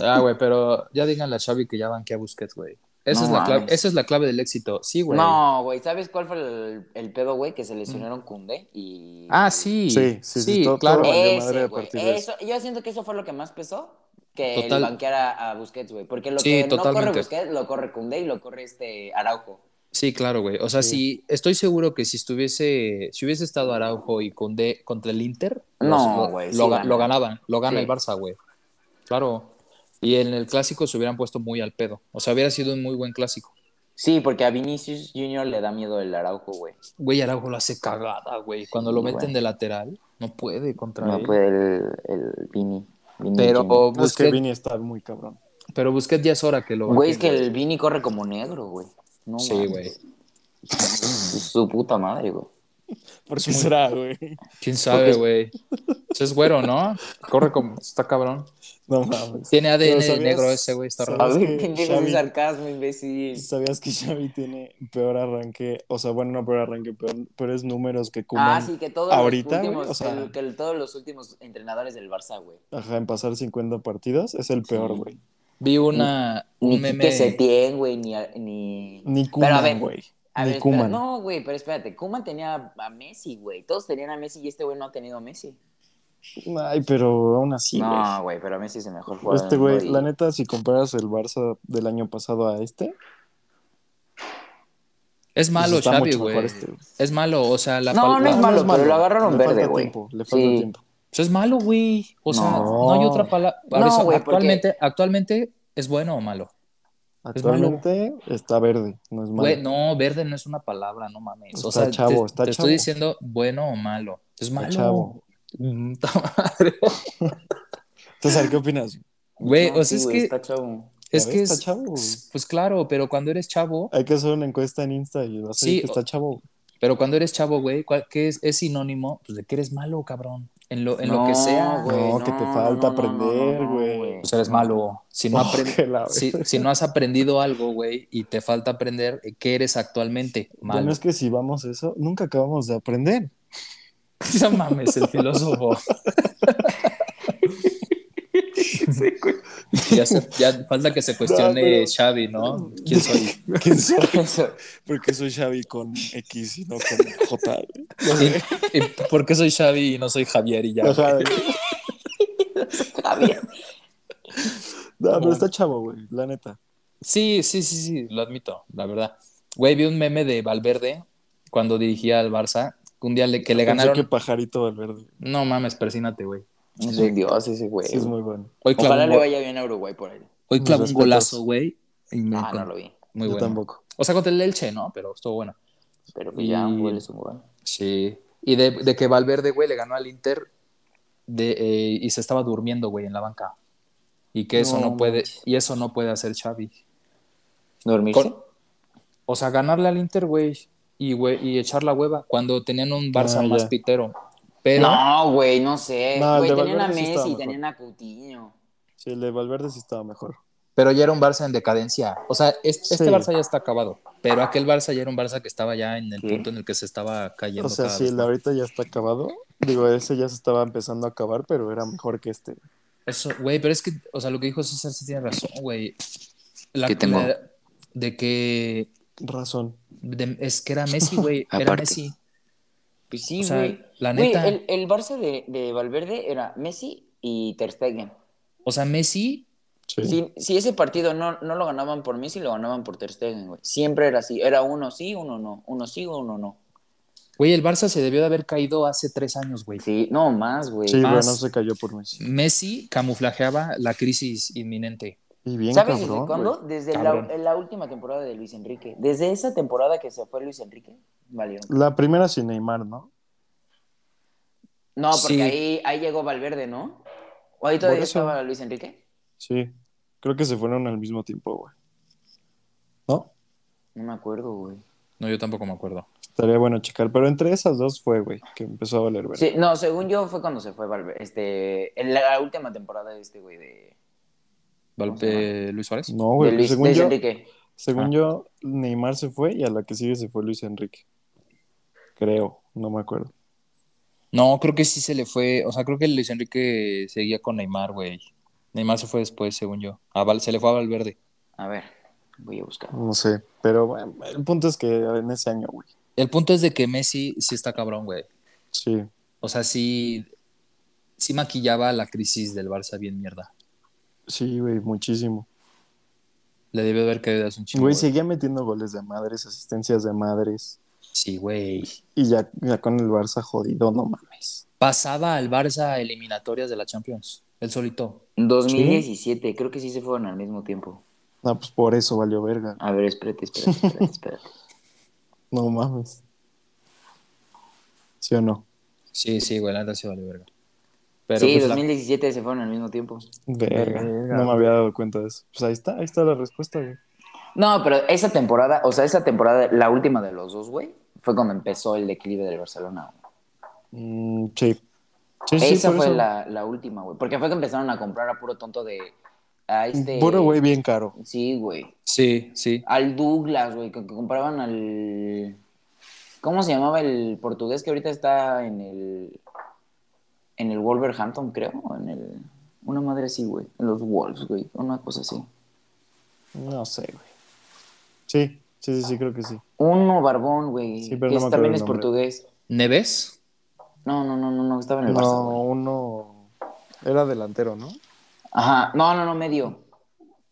S1: Ah, güey, pero ya díganle a Xavi que ya banquea a Busquets, güey. Esa,
S2: No
S1: es la clave,
S2: mames.
S1: esa es la clave del éxito. Sí, güey.
S2: No, güey, ¿sabes cuál fue el, el pedo, güey? Que se
S3: Mm.
S2: lesionaron Cundé y...
S1: Ah, sí.
S3: Sí, sí, sí, todo-
S1: claro.
S3: todo- Valió madre
S2: Ese,
S3: a
S2: güey.
S3: partir de
S2: Eso- yo siento que eso fue lo que más pesó que el
S1: Total.
S2: banquear a, a Busquets, güey. Porque lo
S1: Sí,
S2: que no
S1: totalmente.
S2: corre Busquets, lo corre Koundé y lo corre este Araujo.
S1: Sí, claro, güey. O sea, sí, estoy seguro que si estuviese, si hubiese estado Araujo y Conde contra el Inter,
S2: No,
S1: los- lo-
S2: güey, sí
S1: lo, ga-
S2: gana.
S1: lo ganaban, lo gana
S2: Sí.
S1: el Barça, güey. Claro. Y en el clásico se hubieran puesto muy al pedo. O sea, hubiera sido un muy buen clásico.
S2: Sí, porque a Vinicius Junior le da miedo el Araujo, güey.
S1: Güey, Araujo lo hace cagada, güey. Cuando
S2: Sí,
S1: lo meten
S2: güey.
S1: de lateral, no puede contra
S2: No
S1: él.
S2: puede el, el Vini. Vini
S1: Pero
S2: Junior.
S3: Es que
S1: Busquets,
S3: Vini está muy cabrón.
S1: pero Busquets ya es hora que lo.
S2: Güey, es que
S1: banquen,
S2: el Vini corre como negro, güey. No,
S1: Sí,
S2: mames.
S1: güey.
S2: Su puta madre, güey.
S3: ¿Por qué será, güey?
S1: ¿Quién sabe, güey? Ese es güero, ¿no? Corre como. Está cabrón.
S3: No mames.
S1: Tiene ADN
S3: Pero
S1: de
S3: sabías-
S1: negro ese, güey. Está raro.
S2: A
S3: Es
S2: ver,
S3: que
S2: ¿quién dijo ese
S3: Xavi-
S2: sarcasmo, imbécil?
S3: ¿Sabías que Xavi tiene peor arranque? O sea, bueno, no peor arranque, peor, peores números que Koeman.
S2: Ah, sí, que todos
S3: ahorita,
S2: los
S3: güey,
S2: últimos,
S3: o sea-
S2: el- que el- todos los últimos entrenadores del Barça, güey.
S3: Ajá, en pasar 50 partidos es el peor, güey.
S1: Vi una,
S2: Ni
S1: un
S2: que
S1: meme.
S2: Quique Setién, güey, ni, a- ni...
S3: Ni
S2: Pero a
S3: Koeman,
S2: ver,
S3: güey.
S2: a ver,
S3: Ni
S2: espera,
S3: Koeman.
S2: no, güey, pero espérate, Kuman tenía a Messi, güey. Todos tenían a Messi y este güey no ha tenido a Messi.
S3: Ay, pero aún así, güey.
S2: no, güey, pero Messi es el mejor jugador.
S3: este
S2: del mundo
S3: güey,
S2: y-
S3: la neta, si comparas el Barça del año pasado a este,
S1: Es malo,
S3: pues está
S1: Xavi,
S3: mucho
S1: güey.
S3: mejor este, güey.
S1: Es malo, o sea, la
S2: No,
S1: pal-
S2: no es
S1: la-
S2: malo, pero lo agarraron
S3: le
S2: verde,
S3: falta
S2: güey.
S3: tiempo, le falta
S2: Sí.
S3: tiempo.
S1: Pues es malo, güey. O sea,
S3: No.
S1: no hay otra palabra.
S2: No, güey, porque-
S1: actualmente, actualmente es bueno o malo.
S3: Actualmente está verde, no es malo.
S1: Güey, no, verde no es una palabra, no mames. o
S3: Está
S1: sea,
S3: chavo,
S1: te,
S3: está
S1: te
S3: chavo.
S1: estoy diciendo bueno o malo. Es
S3: Está
S1: malo.
S3: chavo.
S1: Puta madre.
S3: César, ¿qué opinas?
S1: Güey,
S2: No,
S1: o sea,
S2: sí,
S1: es
S2: güey,
S1: que,
S2: Está chavo.
S1: es,
S3: Ya
S1: que
S3: ves,
S1: es,
S3: está chavo.
S1: pues claro, pero cuando eres chavo,
S3: Hay que hacer una encuesta en Insta y vas
S1: Sí,
S3: a decir que
S1: o-
S3: está chavo.
S1: pero cuando eres chavo, güey, ¿cuál- ¿qué es, es sinónimo? Pues de que eres malo, cabrón. En lo, en lo que
S2: No,
S1: sea, güey.
S3: No, que te falta aprender, güey.
S1: Pues eres malo. Si no,
S3: Oh,
S1: aprendes
S3: que la-
S1: si, si no has aprendido algo, güey, y te falta aprender, eh, ¿qué eres actualmente? Malo.
S3: Bueno, es que si vamos a eso, nunca acabamos de aprender.
S1: No mames, el filósofo. Ya, se- ya falta que se cuestione
S3: No, pero-
S1: Xavi, ¿no? ¿Quién soy?
S3: ¿Quién soy?
S2: Eso.
S3: Porque soy Xavi con X y no con J.
S1: ¿Y, y por qué soy Xavi y no soy Javier y ya?
S3: Ajá.
S2: Ah, bien.
S3: No, pero está chavo, güey, la neta.
S1: Sí, sí, sí, sí, lo admito, la verdad. Güey, vi un meme de Valverde cuando dirigía al Barça, un día le- que le
S3: Pensé
S1: ganaron.
S3: que pajarito Valverde.
S1: No mames, persínate, güey.
S2: Es un dios ese güey.
S3: Sí, es muy bueno.
S1: Hoy clavó
S2: Ojalá
S1: un
S2: le
S1: go-
S2: vaya bien a Uruguay por él.
S1: hoy
S3: Mis
S1: clavó un
S3: respetos.
S1: golazo, güey. y me
S2: Ah, no
S1: encantó.
S2: lo vi.
S1: Muy
S3: Yo
S1: bueno.
S3: tampoco.
S1: O sea, contra el Elche, ¿no? Pero estuvo bueno.
S2: Pero pues ya,
S1: Y-
S2: un gol es un gol.
S1: Sí. Y de, de que Valverde, güey, le ganó al Inter de, eh, y se estaba durmiendo, güey, en la banca. Y que eso
S2: No
S1: no, puede,
S2: manches.
S1: y eso no puede hacer Xavi.
S2: ¿Dormirse?
S1: Con- o sea, ganarle al Inter, güey, y, güey, y echar la hueva cuando tenían un Barça
S3: Ah, ya.
S1: más pitero. Pero,
S2: No, güey, no sé.
S3: No, el
S2: Güey,
S3: de
S2: tenían a
S3: Valverde sí estaba
S2: Messi,
S3: mejor.
S2: tenían a Coutinho.
S3: Sí, el de Valverde sí estaba mejor.
S1: pero ya era un Barça en decadencia. O sea, es- este
S3: Sí.
S1: Barça ya está acabado. Pero aquel Barça ya era un Barça que estaba ya en el
S2: Sí.
S1: punto en el que se estaba cayendo.
S3: O sea,
S1: cada
S3: sí,
S1: vez
S3: el de
S1: más.
S3: ahorita ya está acabado. Digo, ese ya se estaba empezando a acabar, pero era mejor que este.
S1: Eso, güey, pero es que, o sea, lo que dijo César sí tiene razón, güey. La,
S2: ¿Qué tengo?
S1: la- de que
S3: Razón.
S1: de- es que era Messi, güey, era
S2: Aparte.
S1: Messi.
S2: Pues sí,
S1: O
S2: güey.
S1: sea, la
S2: Güey,
S1: neta.
S2: el, el Barça de, de Valverde era Messi y Ter Stegen.
S1: O sea, Messi,
S3: Sí.
S2: Si, si ese partido no, no lo ganaban por Messi, lo ganaban por Ter Stegen, güey. Siempre era así. Era uno sí, uno no. Uno sí, uno no.
S1: güey, el Barça se debió de haber caído hace tres años, güey.
S2: Sí, no más, güey.
S3: Sí,
S1: más.
S3: bueno, se cayó por Messi.
S1: Messi camuflajeaba la crisis inminente.
S3: Y bien
S2: ¿Sabes
S3: cabrón.
S2: desde cuándo?
S3: güey.
S2: Desde la,
S1: Cabrón.
S2: la última temporada de Luis Enrique. Desde esa temporada que se fue Luis Enrique, valieron.
S3: La primera sin Neymar, ¿no?
S2: No, porque
S1: Sí.
S2: ahí, ahí llegó Valverde, ¿no? ¿O ahí todavía
S3: Por eso.
S2: estaba Luis Enrique?
S3: Sí. Creo que se fueron al mismo tiempo, güey. ¿No?
S2: No me acuerdo, güey.
S1: No, yo tampoco me acuerdo.
S3: Estaría bueno checar. Pero entre esas dos fue, güey, que empezó a valer, güey.
S2: Sí, no, según yo fue cuando se fue Valverde. Este, en la, última temporada de este güey de,
S1: Valpe- Luis Suárez.
S3: No,
S2: de
S3: güey,
S2: Luis,
S3: pues según,
S2: Luis
S3: yo,
S2: Enrique.
S3: según
S1: Ah.
S3: yo, Neymar se fue y a la que sigue se fue Luis Enrique. Creo, no me acuerdo.
S1: No, creo que sí se le fue. O sea, creo que Luis Enrique seguía con Neymar, güey. Neymar se fue después, según yo. A Val- se le fue a Valverde.
S2: A ver, voy a buscar.
S3: No sé, pero bueno, el punto es que en ese año, güey.
S1: El punto es de que Messi sí está cabrón, güey.
S3: Sí,
S1: O sea, sí, sí maquillaba la crisis del Barça bien mierda.
S3: sí, güey, muchísimo.
S1: Le debió haber caído hace un chingo. ¿eh?
S3: Güey,
S1: güey.
S3: seguía metiendo goles de madres, asistencias de madres.
S1: Sí, güey.
S3: Y ya, ya con el Barça jodido, no mames.
S1: Pasaba al Barça a eliminatorias de la Champions. Él solito.
S2: 2017, creo que sí se fueron al mismo tiempo.
S3: Ah, pues por eso valió verga.
S2: A ver, espérate, espérate, espérate, espérate.
S3: No mames. ¿Sí o no?
S1: Sí, sí, güey, la neta sí vale verga. Pero
S2: sí,
S1: pues, la-
S2: 2017 se fueron al mismo tiempo.
S3: Verga.
S1: Verga,
S3: No me había dado cuenta de eso. Pues ahí está, ahí está la respuesta, güey.
S2: No, pero esa temporada, o sea, esa temporada, la última de los dos, güey, fue cuando empezó el declive del Barcelona. güey.
S3: Mm, sí. Sí, sí,
S2: esa
S3: por
S2: fue
S3: eso.
S2: la, la última, güey. Porque fue que empezaron a comprar a puro tonto de. A este.
S3: Puro güey bien caro.
S2: Sí, güey.
S1: sí, sí.
S2: Al Douglas, güey, que, que compraban al. ¿Cómo se llamaba el portugués que ahorita está en el. En el Wolverhampton, creo. o En el. Una madre así, güey. En los Wolves, güey. Una cosa así.
S3: No sé, güey. Sí, sí,
S2: Ah.
S3: sí, sí, creo que sí.
S2: Uno barbón, güey.
S3: Sí, pero
S2: que
S3: no me
S2: es-
S3: acuerdo
S2: también
S3: el
S2: es
S3: nombre.
S2: portugués.
S1: ¿Neves?
S2: No, no, no, no, no. Estaba en el Barça,
S3: No,
S2: güey.
S3: uno era delantero, ¿no?
S2: Ajá. No, no, no, medio.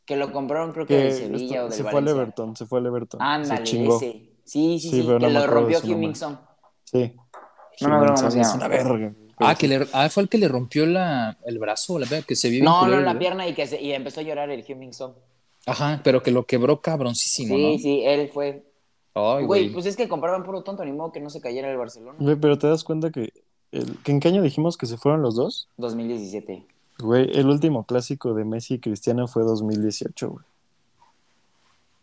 S2: Que lo compraron, creo que
S3: Que
S2: del Sevilla
S3: esto-
S2: o del
S3: se fue al
S2: Valencia.
S3: Everton, se fue al Everton. se
S2: Ándale,
S3: chingó.
S2: ese. Sí, sí,
S3: Sí,
S2: sí.
S3: pero
S2: que
S3: no me
S2: lo
S3: acuerdo de
S2: rompió
S3: su
S2: Kim
S3: nombre.
S2: Mixon.
S3: Sí.
S2: No me acuerdo cómo
S3: Jiménez
S2: se
S3: es
S2: llama.
S3: una verga.
S1: Ah, que le, ah, fue el que le rompió la, el brazo, la pierna, que se vio.
S2: No,
S1: bien
S2: no,
S1: culero, ¿eh?
S2: la
S1: ¿verdad?
S2: pierna y que se- y empezó a llorar el Humming Song.
S1: Ajá, pero que lo quebró cabroncísimo,
S2: Sí,
S1: ¿no?
S2: sí, él fue.
S1: Ay,
S2: Güey,
S1: güey.
S2: pues es que compraban puro tonto, ni modo que no se cayera el Barcelona.
S3: Güey, pero te das cuenta que, el- que ¿En qué año dijimos que se fueron los dos?
S2: 2017.
S3: Güey, el último clásico de Messi y Cristiano fue 2018, güey.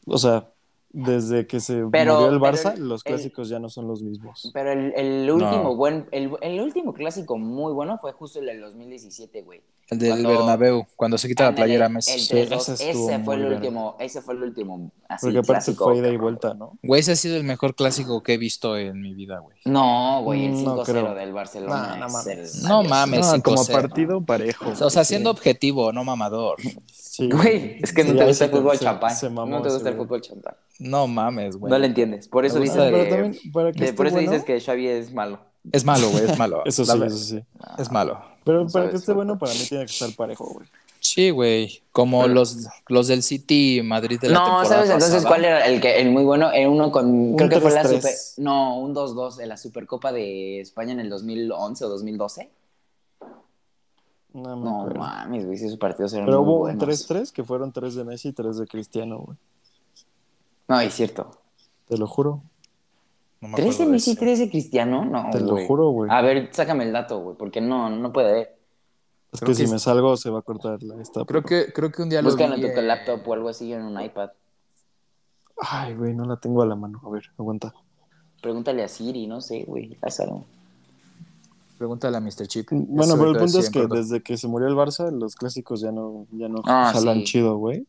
S3: O sea, desde que se
S2: Pero-
S3: murió el
S2: pero
S3: Barça,
S2: el-
S3: los
S2: el-
S3: clásicos ya no son los mismos.
S2: Pero el, el último
S1: No.
S2: buen, el, el último clásico muy bueno fue justo el del 2017, güey.
S1: El del
S2: cuando-
S1: Bernabéu, cuando se quita la
S2: Ándale,
S1: playera a
S2: El
S1: Messi.
S2: 3-2,
S3: Sí,
S2: ese,
S3: ese estuvo
S2: fue el
S3: muy
S2: último, ese fue el último. Así,
S3: Porque aparte
S2: clásico,
S3: fue ida y
S2: cabrón.
S3: vuelta, ¿no?
S1: Güey, ese ha sido el mejor clásico que he visto en mi vida, güey.
S2: No, güey, el
S3: Mm, No
S2: 5-0
S3: creo.
S2: del
S3: No,
S2: Barcelona.
S3: no
S2: es
S3: mames.
S2: el-
S1: No mames,
S3: No, Ah, como
S1: 5-0.
S3: partido parejo.
S1: Ah, O sea,
S3: sí.
S1: siendo objetivo, no mamador.
S3: Sí,
S2: Güey, es que no
S3: Sí,
S2: te
S3: ahí
S2: gusta el
S3: se-
S2: fútbol
S3: se-
S2: champán.
S3: se mamó
S2: no te gusta
S3: ese
S2: el
S3: güey.
S2: fútbol champán.
S1: No mames, güey.
S2: No le entiendes. Por eso
S1: Me
S2: dices
S1: gusta
S3: Pero
S2: que,
S3: también, para que
S2: de-
S3: esté
S2: por eso
S3: bueno-
S2: dices que Xavi es malo.
S1: Es malo, güey, es malo.
S3: Eso
S1: La
S3: sí,
S1: ver-
S3: eso sí.
S1: Es malo.
S3: Pero
S2: No
S3: para
S2: sabes,
S3: que esté
S2: güey.
S3: bueno, para mí tiene que estar parejo, güey.
S1: Sí, güey. Como
S2: Pero-
S1: los, los del City Madrid de la
S2: No,
S1: temporada
S2: ¿sabes entonces
S1: pasada.
S2: cuál era el que el muy bueno? Era uno con
S3: Un
S2: creo que fue la super,
S3: 3-3.
S2: no, un 2-2 en la Supercopa de España en el 2011 o 2012.
S3: No, me
S2: No
S3: acuerdo.
S2: mames, güey, sí, esos partidos eran
S3: Pero
S2: muy
S3: hubo un
S2: buenos.
S3: 3-3 que fueron 3 de Messi y 3 de Cristiano, güey.
S2: No, es cierto.
S3: Te lo juro.
S1: No me
S2: ¿Tres de
S1: acuerdo
S2: Messi,
S1: ese.
S2: tres de Cristiano? No,
S3: Te lo
S2: güey. Ah,
S3: juro, güey.
S2: A ver, sácame el dato, güey, porque no, no puede haber.
S3: Es
S1: Creo
S3: que
S1: que
S3: si
S1: es-
S3: me salgo se va a cortar la esta.
S1: Creo
S3: pero-
S1: que, creo que un día lo
S2: Búscalo en
S1: vi,
S2: tu
S1: eh,
S2: laptop o algo así en un iPad.
S3: Ay, güey, no la tengo a la mano. A ver, aguanta.
S2: Pregúntale a Siri, no sé, güey, haz algo.
S1: Pregúntale a Mr. Chip.
S3: Bueno,
S1: Eso
S3: pero el
S1: te voy a
S3: punto
S1: decir
S3: es
S1: en
S3: que
S1: corto.
S3: desde que se murió el Barça, los clásicos ya no, ya no
S2: Ah,
S3: jalan
S2: sí.
S3: chido, güey.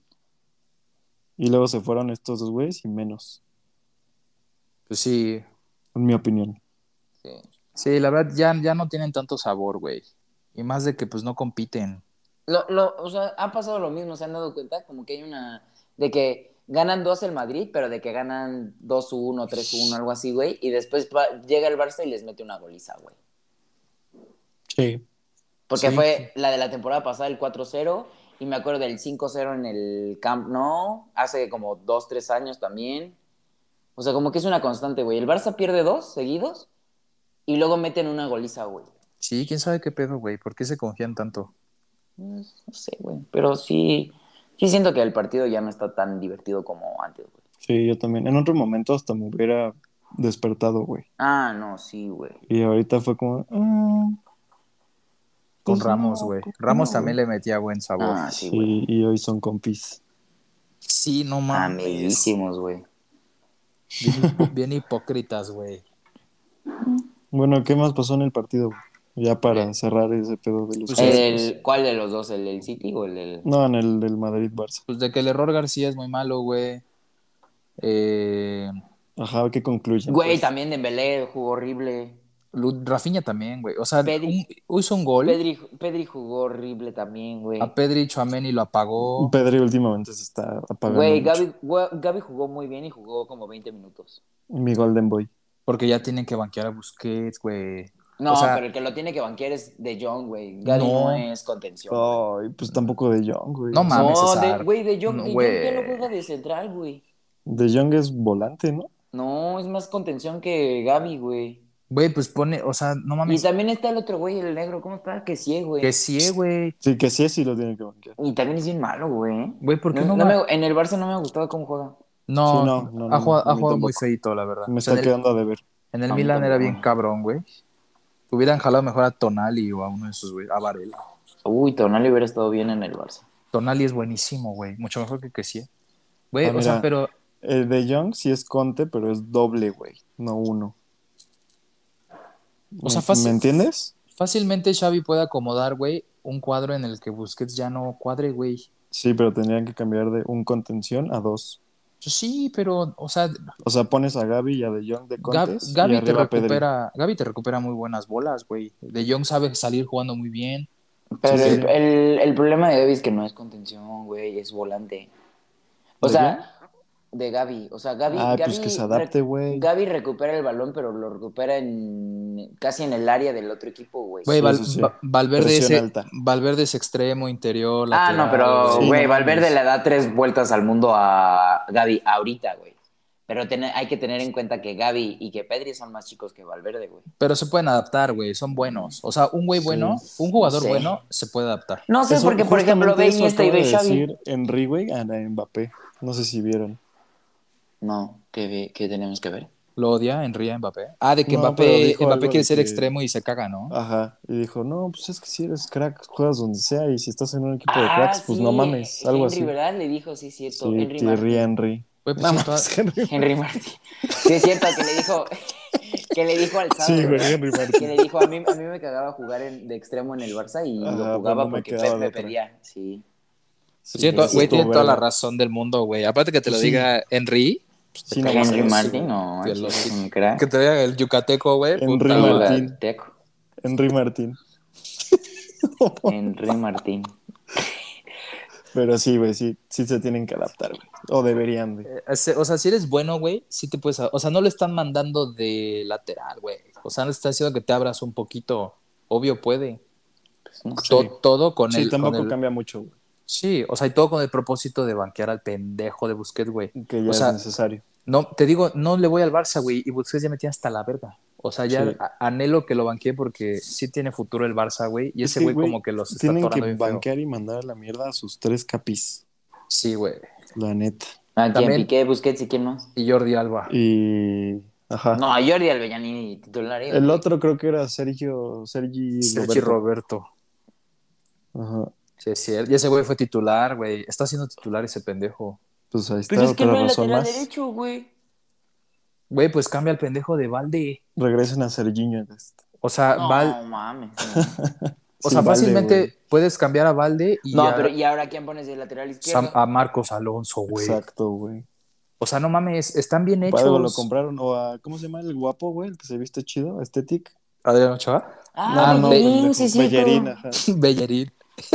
S3: Y luego se fueron estos dos güeyes y menos,
S1: Pues sí.
S3: en mi opinión.
S2: Sí.
S1: Sí, la verdad, ya, ya no tienen tanto sabor, güey. Y más de que, pues, no compiten.
S2: Lo, lo, o sea, ha pasado lo mismo, se han dado cuenta como que hay una... De que ganan dos el Madrid, pero de que ganan 2-1, 3-1, algo así, güey. Y después pa- llega el Barça y les mete una goliza, güey.
S3: Sí.
S2: Porque
S1: Sí.
S2: fue la de la temporada pasada, el 4-0, y me acuerdo del 5-0 en el Camp Nou, hace como 2, 3 años también. O sea, como que es una constante, güey. El Barça pierde dos seguidos y luego meten una goliza, güey.
S1: Sí, quién sabe qué pedo, güey. ¿Por qué se confían tanto?
S2: No sé, güey. Pero sí, sí siento que el partido ya no está tan divertido como antes, güey.
S3: Sí, yo también. En otro momento hasta me hubiera despertado, güey.
S2: Ah, no, sí, güey.
S3: Y ahorita fue como... ah,
S1: Con
S3: pues
S1: Ramos,
S3: no,
S1: güey.
S3: pues
S1: Ramos
S3: no,
S1: también
S3: güey.
S1: le metía buen sabor.
S2: Ah, sí, güey.
S3: Sí, y hoy son compis.
S1: Sí,
S2: ah,
S1: no mames.
S2: Amiguísimos, güey.
S1: Bien, hipo- bien hipócritas, güey.
S3: Bueno, ¿qué más pasó en el partido? güey? Ya para cerrar ese pedo de los...
S1: Eh, Pues
S2: El
S3: clásicos.
S2: del- ¿Cuál de los dos? ¿El del City o el del...?
S3: No, en el del Madrid-Barça.
S1: Pues de que el error García es muy malo, güey. Eh,
S3: Ajá, ¿qué concluyen?
S2: Güey,
S3: pues?
S2: también Dembélé jugó horrible.
S1: Lu- Rafinha también, güey. O sea,
S2: Pedri.
S1: un- hizo un gol.
S2: Pedri, Pedri jugó horrible también, güey.
S1: A Pedri Chuameni lo apagó.
S3: Pedri últimamente se está apagando.
S2: Güey,
S3: mucho.
S2: Gaby, güey, Gaby jugó muy bien y jugó como 20 minutos.
S3: Mi Golden Boy.
S1: Porque ya tienen que banquear a Busquets, güey.
S2: No,
S1: O sea-
S2: pero el que lo tiene que banquear es De Jong, güey. Gaby
S1: No.
S2: no, es contención. güey.
S3: Ay, pues tampoco De Jong, güey.
S1: No mames.
S2: No,
S1: César.
S2: de- güey, De Jong,
S1: No,
S2: De Jong
S1: güey.
S2: ya no juega de central, güey.
S3: De Jong es volante, ¿no?
S2: No, es más contención que Gaby, güey.
S1: Güey, pues pone, o sea, no
S2: Y
S1: mames.
S2: también está el otro güey, el negro, ¿cómo está? Que sí, güey.
S1: Que sí, eh, güey.
S3: Sí, que sí, sí lo tiene que banquear.
S2: Y también es bien malo, güey. ¿eh?
S1: Güey, ¿por qué
S2: No-
S1: no,
S2: no
S1: va-
S2: me- en el Barça no me ha gustado cómo juega.
S1: No,
S3: Sí, no, no, no,
S1: ha jugado,
S3: no, a
S1: ha
S3: mí
S1: jugado muy
S3: tampoco.
S1: feito, la verdad.
S3: Me
S1: O sea,
S3: está
S1: en, el,
S3: quedando a deber.
S1: en el
S2: a mí
S1: Milan era bien
S2: tampoco.
S1: cabrón, güey. Hubieran jalado mejor a Tonali o a uno de esos, güey, a Varela.
S2: Uy, Tonali hubiera estado bien en el Barça.
S1: Tonali es buenísimo, güey. Mucho mejor que Kessie.
S3: Ah,
S1: Güey, o
S3: mira.
S1: sea, pero
S3: Eh, de Jong sí es Conte, pero es doble, güey. No uno.
S1: O sea,
S3: ¿Me-
S1: fácil.
S3: ¿Me entiendes?
S1: fácilmente Xavi puede acomodar, güey, un cuadro en el que Busquets ya no cuadre, güey.
S3: Sí, pero tendrían que cambiar de un contención a dos.
S1: Pues Sí, pero, o sea,
S3: O sea, pones a Gaby y a De Jong de
S1: Gab-
S3: Contes y
S1: Gaby te
S3: arriba a Pedri.
S1: recupera, Gaby te recupera muy buenas bolas, güey. De Jong sabe salir jugando muy bien.
S2: Pero
S3: Sí, sí,
S2: el,
S3: sí.
S2: el- el problema de Gaby es que no es contención, güey, es volante. O
S3: ¿De
S2: sea, de Gaby. O sea, Gaby.
S3: Ah,
S2: Gaby
S3: pues que se adapte,
S2: rec-
S3: güey.
S2: Gaby recupera el balón, pero lo recupera en casi en el área del otro equipo, güey.
S1: Güey,
S3: Sí,
S1: Val-
S3: sí, sí.
S1: Va- Valverde,
S3: Presión
S1: es, e-,
S3: alta.
S1: Valverde es extremo, interior,
S2: ah,
S1: lateral,
S2: no, pero,
S3: Sí,
S2: güey,
S3: no mames.
S2: Valverde le da tres vueltas al mundo a Gaby ahorita, güey. Pero ten- hay que tener en cuenta que Gaby y que Pedri son más chicos que Valverde, güey.
S1: Pero se pueden adaptar, güey. Son buenos. O sea, un güey
S3: Sí.
S1: bueno, un jugador
S2: Sí.
S1: bueno, se puede adaptar.
S2: No sé,
S3: Eso-
S2: porque por ejemplo ve
S3: justamente eso
S2: Iniesta y
S3: acaba
S2: ve
S3: de
S2: Xavi.
S3: decir Henry, güey, a la Mbappé. No sé si vieron.
S2: No, ¿qué, ve- qué tenemos que ver?
S1: Lo odia Henry a Mbappé. Ah, de que
S3: No, pero
S1: Mbappé,
S3: dijo algo
S1: Mbappé quiere
S3: de
S1: ser
S3: que-
S1: extremo y se caga, ¿no?
S3: Ajá. Y dijo, no, pues es que si eres crack, juegas donde sea. Y si estás en un equipo de
S2: Ah,
S3: cracks, pues
S2: sí, eh,
S3: no mames. Algo
S2: Henry,
S3: así.
S2: ¿verdad? Le dijo, sí,
S3: Sí,
S2: cierto. Henry Martín.
S3: Thierry Henry.
S1: Güey, pues
S3: No
S1: sí, toda-
S3: mames, Henry.
S2: Henry Martín. Sí, es cierto que le dijo, que le dijo al Sado,
S3: Sí, güey,
S2: ¿verdad?
S3: Henry Martin.
S2: Que le dijo, a mí, a mí me cagaba jugar en- de extremo en el Barça y
S3: Ajá,
S2: lo
S3: pero
S2: jugaba
S3: Ah, pues, no me
S2: porque
S3: quedaba
S2: Pep me
S3: de otra.
S2: pedía. Sí.
S3: Sí,
S1: sí, to-
S3: eso
S1: güey,
S3: estuvo
S1: tiene toda la
S3: verga.
S1: razón del mundo, güey. Aparte que te lo
S3: Sí.
S1: diga Henry,
S3: Sí, no
S2: Henry
S3: mames.
S2: Martín, no,
S1: Qué
S2: es
S1: loco.
S2: un crack.
S1: que te diga el yucateco, güey.
S3: Henry
S1: puta,
S3: Martín.
S1: güey.
S2: Teco.
S3: Henry Martín.
S2: Henry Martín.
S3: Pero sí, güey, sí, sí se tienen que adaptar, güey. O deberían, güey.
S1: Eh, Ese- O sea, si eres bueno, güey, sí te puedes. O sea, no lo están mandando de lateral, güey. O sea, no están haciendo que te abras un poquito. Obvio puede.
S2: Pues no sé.
S1: To- todo con
S3: Sí,
S1: el. con
S3: tampoco
S1: el-
S3: cambia mucho, güey.
S1: Sí, o sea, y todo con el propósito de banquear al pendejo de Busquets, güey.
S3: Que ya
S1: O sea,
S3: es necesario.
S1: No, te digo, no le voy al Barça, güey, y Busquets ya me tiene hasta la verga. O sea, ya
S3: Sí.
S1: a- anhelo que lo banquee porque sí tiene futuro el Barça, güey, y
S3: Es
S1: ese
S3: que,
S1: güey
S3: güey,
S1: como que los está
S3: Tienen
S1: atorando
S3: que
S1: bien feo.
S3: banquear y mandar a la mierda a sus tres capis.
S1: Sí, güey.
S3: La neta.
S2: ¿A quién?
S1: también-
S2: Ah, Piqué, Busquets y quién más?
S1: Y Jordi Alba.
S3: Y. Ajá.
S2: No, a Jordi Albellani titular. ¿eh?
S3: Ah. El otro creo que era Sergio. Sergi.
S1: Sergi
S3: Roberto.
S1: Roberto.
S3: Ajá.
S1: Sí, es cierto. Y ese güey fue titular, güey. Está siendo titular ese pendejo.
S3: Pues ahí está
S2: Pero es que
S3: otra
S2: no es
S3: razón
S2: lateral
S3: más.
S2: derecho, güey.
S1: Güey, pues cambia al pendejo de Valde.
S3: Regresen a Serginho. este.
S1: O sea,
S3: Ah,
S2: No,
S1: Val-
S2: mames.
S1: o sea fácilmente puedes cambiar a Valde y,
S2: No,
S1: a,
S2: pero ¿y ahora quién pones de lateral izquierdo?
S1: a- a Marcos Alonso, güey.
S3: Exacto, güey.
S1: O sea, no mames, están bien hechos.
S3: Algo lo compraron. O a. ¿Cómo se llama el guapo, güey? El que se viste chido. Aesthetic.
S1: Adriano Ochoa.
S2: Ah,
S1: No, no,
S2: Bellerín,
S3: pendejo.
S2: sí, sí.
S3: Bellerín, ajá.
S1: Bellerín.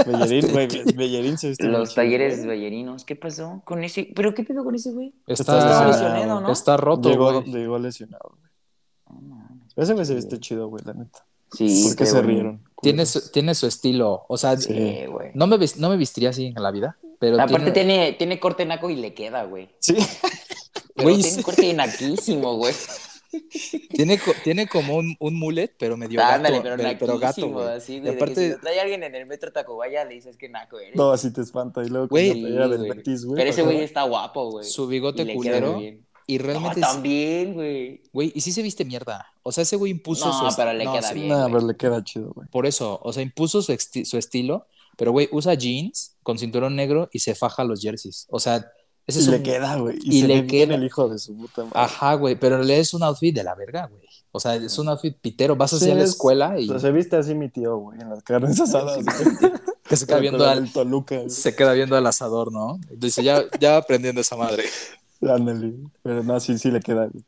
S3: Bellerín, güey. Bellerín se viste muy
S2: Los
S3: chido,
S2: talleres
S3: güey.
S2: bellerinos. ¿Qué pasó con ese? ¿Pero qué pedo con ese güey?
S1: Está,
S2: Ah, Está lesionado, ¿no?
S1: está roto,
S3: Llegó,
S1: güey.
S3: llegó lesionado.
S2: No mames.
S3: Ese me se viste chido, güey, la neta.
S2: Sí,
S3: ¿Por qué
S2: qué
S3: se
S2: bonito.
S3: rieron?
S1: Tiene su, tiene su estilo. O sea,
S3: Sí.
S2: Sí, güey.
S1: no, me, ves- no me vestiría así en la vida, pero tiene-
S2: Aparte tiene, tiene corte naco y le queda, güey.
S3: Sí.
S2: Pero
S1: Güey,
S2: tiene
S1: sí.
S2: un corte naquísimo, güey.
S1: tiene, co- tiene como un, un mullet, pero medio gato.
S2: Ándale, pero
S1: medio- pero gato,
S2: naquísimo,
S1: güey.
S2: así,
S1: Y
S2: güey. de que
S1: aparte-
S2: si lo trae alguien en el metro Tacubaya, le dices que naco eres.
S3: No, así te espanta. Y luego con
S1: Güey.
S3: la playera del
S2: Sí, güey.
S3: Betis, güey.
S2: Pero ese güey
S3: ajá.
S2: está guapo, güey.
S1: Su
S2: Y
S1: bigote
S2: le queda
S1: culero.
S2: muy bien.
S1: Y
S2: No,
S1: realmente, sí-
S2: también, güey.
S1: güey, y sí se viste mierda. O sea, ese güey impuso
S2: No,
S1: su est-
S2: pero le queda
S1: sí,
S2: bien.
S3: Nah,
S2: güey.
S3: pero le queda chido, güey.
S1: Por eso, o sea, impuso su, esti- su estilo, pero güey, usa jeans con cinturón negro y se faja los jerseys. O sea, ese
S3: Y
S1: es
S3: le
S1: un-
S3: queda, güey.
S1: y
S3: Y, se
S1: le
S3: le bien
S1: queda.
S3: el hijo de su puta madre.
S1: Ajá, güey, pero le es un outfit de la verga, güey. O sea, es un outfit pitero. Vas así
S3: Sí,
S1: a la
S3: es-
S1: escuela
S3: O
S1: y
S3: sea, se viste así mi tío, güey, en las carnes asadas. güey.
S1: que se queda viendo
S3: Con
S1: al,
S3: el Toluca, güey.
S1: se queda viendo al asador, ¿no? Dice, ya, ya aprendiendo esa madre.
S3: Ándale. Pero no, sí, sí le queda. güey.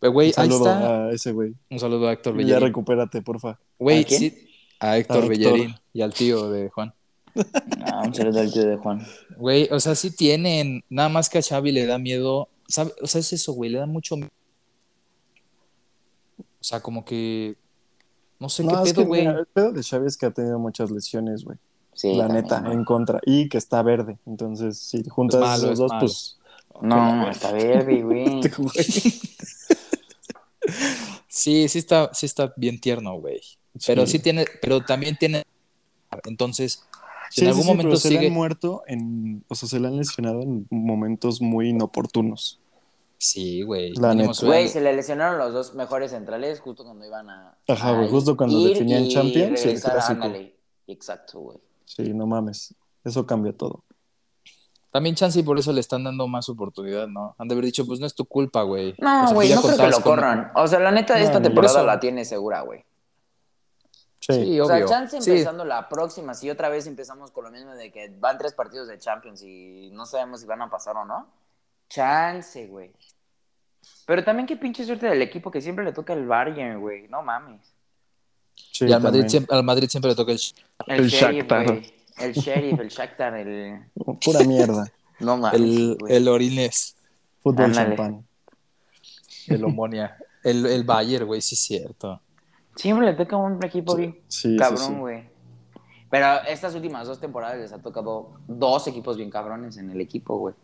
S1: Pero,
S3: Un
S1: güey, ahí
S3: saludo
S1: está.
S3: a ese güey.
S1: Un saludo a Héctor
S3: Ya
S1: Bellerín.
S3: recupérate, porfa.
S1: Güey,
S2: ¿A quién?
S1: sí, a Héctor
S3: A Héctor.
S1: Bellerín y al tío de Juan.
S2: No, un saludo al tío de Juan.
S1: Güey, o sea, sí tienen. Nada más que a Xavi le da miedo. ¿sabe? O sea, es eso, güey, le da mucho miedo. O sea, como que. No sé
S3: No,
S1: qué
S3: es
S1: pedo,
S3: que,
S1: güey.
S3: mira, el pedo de Xavi es que ha tenido muchas lesiones, güey.
S2: Sí,
S3: la
S2: también,
S3: neta,
S2: ¿no?
S3: en contra. Y que está verde. Entonces, si juntas
S1: Es malo,
S3: esos
S1: es
S3: dos,
S1: malo.
S3: pues.
S2: No, está verde, güey.
S3: güey.
S1: Sí, sí está, sí está bien tierno, güey. Pero sí.
S3: Sí.
S1: tiene, pero también tiene. Entonces, si en
S3: Sí, sí,
S1: algún
S3: sí,
S1: momento
S3: pero se le
S1: sigue.
S3: han muerto en. O sea, se le han lesionado en momentos muy inoportunos.
S1: Sí, güey.
S3: La
S1: mínimo
S3: neta.
S1: sueldo.
S2: Güey, se le lesionaron los dos mejores centrales justo cuando iban a.
S3: Ajá, güey,
S2: a
S3: justo cuando
S2: ir
S3: definían
S2: y
S3: Champions y el
S2: regresar,
S3: Clásico.
S2: ándale. Exacto, güey.
S3: Sí, no mames. Eso cambia todo.
S1: También chance y por eso le están dando más oportunidad, ¿no? Han de haber dicho, pues no es tu culpa, güey. O
S2: No,
S1: sea,
S2: güey,
S1: tú ya
S2: no creo que
S1: contabas
S2: lo
S1: con-
S2: corran. O sea, la neta,
S3: No,
S2: esta
S3: ni por
S2: temporada
S1: eso.
S2: la tiene segura, güey.
S3: Sí.
S1: Sí, obvio.
S2: O sea, chance
S1: Sí.
S2: empezando la próxima, si otra vez empezamos con lo mismo de que van tres partidos de Champions y no sabemos si van a pasar o no. Chance, güey. Pero también qué pinche suerte del equipo que siempre le toca el Bayern, güey. No mames.
S3: sí,
S1: y al Madrid,
S3: también.
S1: siempre, al Madrid siempre le toca el...
S2: El,
S3: El
S2: Sheriff,
S3: Shakhtar.
S2: güey. El Sheriff, el Shakhtar, el...
S3: Pura mierda.
S2: No mames,
S1: El,
S2: Ah, güey.
S1: el Orines,
S3: Fútbol
S2: Ándale.
S3: champán.
S1: el Omonia, el, el Bayer, güey, sí es cierto.
S2: Siempre le toca un equipo bien
S3: Sí, sí, sí.
S2: cabrón, güey. Pero estas últimas dos temporadas les ha tocado dos equipos bien cabrones en el equipo, güey.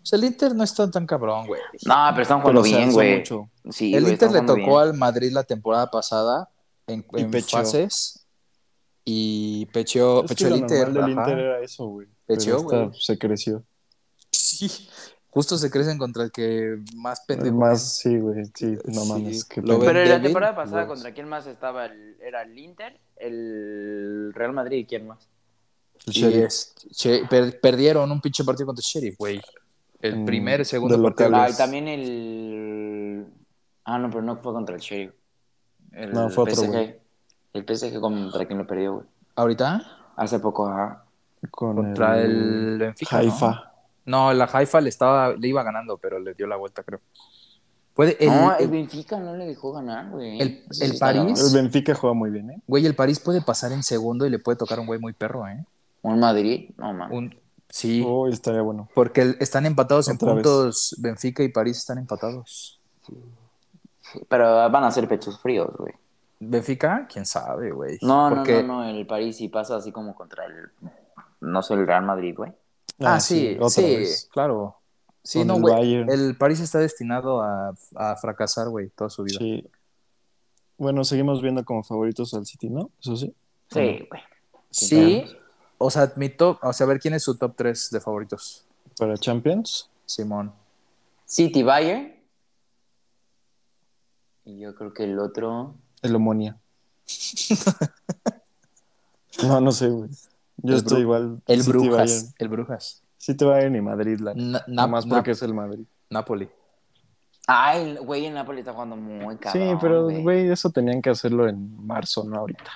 S1: Pues el Inter no está tan cabrón, güey.
S2: No, pero están jugando
S3: Pero se
S2: bien,
S3: alzó
S2: güey.
S3: mucho.
S2: Sí,
S1: el
S2: güey,
S1: Inter
S2: están
S1: le
S2: jugando
S1: tocó
S2: bien.
S1: al Madrid la temporada pasada en,
S3: Y
S1: en
S3: pecheó.
S1: fases y pecheó,
S3: Es que
S1: pecheó
S3: lo
S1: el Inter.
S3: normal del
S1: ajá.
S3: Inter era eso, güey.
S1: Pecheó,
S3: Pero esta
S1: güey.
S3: Se creció.
S1: Sí. Justo se crecen contra el que más pendejo.
S3: Más, sí, güey. Sí, no
S1: Sí,
S3: mames. qué
S1: lo
S3: pena.
S1: ven.
S2: Pero la
S1: Devil,
S2: temporada pasada,
S1: Wolves.
S2: ¿contra quién más estaba? El- era el Inter, el Real Madrid y quién más.
S1: Y
S3: Sheriff.
S1: es- che- per- perdieron un pinche partido contra el Sheriff, güey. El
S3: Mm,
S1: primer, segundo
S3: de
S1: partido.
S3: locales.
S2: Ah, y también el. Ah, no, pero no fue contra el Sheriff. El
S3: No, fue otro,
S2: PSG.
S3: güey.
S2: El PSG contra quién lo perdió, güey.
S1: Ahorita
S2: Hace poco, ajá.
S3: Con
S1: contra el Benfica. ¿no?
S3: Haifa.
S1: No, la Haifa le estaba, le iba ganando, pero le dio la vuelta, creo. Puede, el,
S2: no, el,
S1: el-
S2: Benfica no le dejó ganar, güey.
S1: El-
S2: Sí,
S1: el
S2: está
S1: París.
S2: cabrón.
S3: El Benfica juega muy bien, ¿eh?
S1: güey, el París puede pasar en segundo y le puede tocar un güey muy perro, ¿eh?
S2: Un Madrid, no mames.
S1: Un, sí,
S3: Oh, estaría bueno.
S1: porque el- están empatados en
S3: Otra vez.
S1: puntos. Benfica y París están empatados.
S2: Pero van a ser pechos fríos, güey.
S1: Benfica, quién sabe, güey.
S2: No,
S1: Porque-
S2: no, no, no, el París sí pasa así como contra el. No sé, el Real Madrid, güey.
S1: Ah, sí,
S3: otra
S1: sí,
S3: vez.
S1: claro. Sí,
S3: Con
S1: no,
S3: el
S1: güey.
S3: Bayern.
S1: El París está destinado a, a fracasar, güey, toda su vida.
S3: Sí. Bueno, seguimos viendo como favoritos al City, ¿no? Eso sí.
S2: Sí, güey.
S1: Sí, o sea, mi top, o sea, a ver quién es su top 3 de favoritos,
S3: Para Champions.
S1: Simón.
S2: City Bayern. Y yo creo que el otro.
S3: El Omonia. no, no sé, güey. Yo
S1: El
S3: estoy
S1: Bru-
S3: igual.
S1: El
S3: City
S1: Brujas,
S3: Bayern.
S1: el Brujas.
S3: City Bayern y Madrid, la
S1: Na-
S3: Nada
S1: Nap-
S3: más
S1: Nap-
S3: porque es el Madrid.
S1: Napoli.
S2: Ay, el- güey, el Napoli está jugando muy cabrón.
S3: sí, pero, güey, eso tenían que hacerlo en marzo, no ahorita.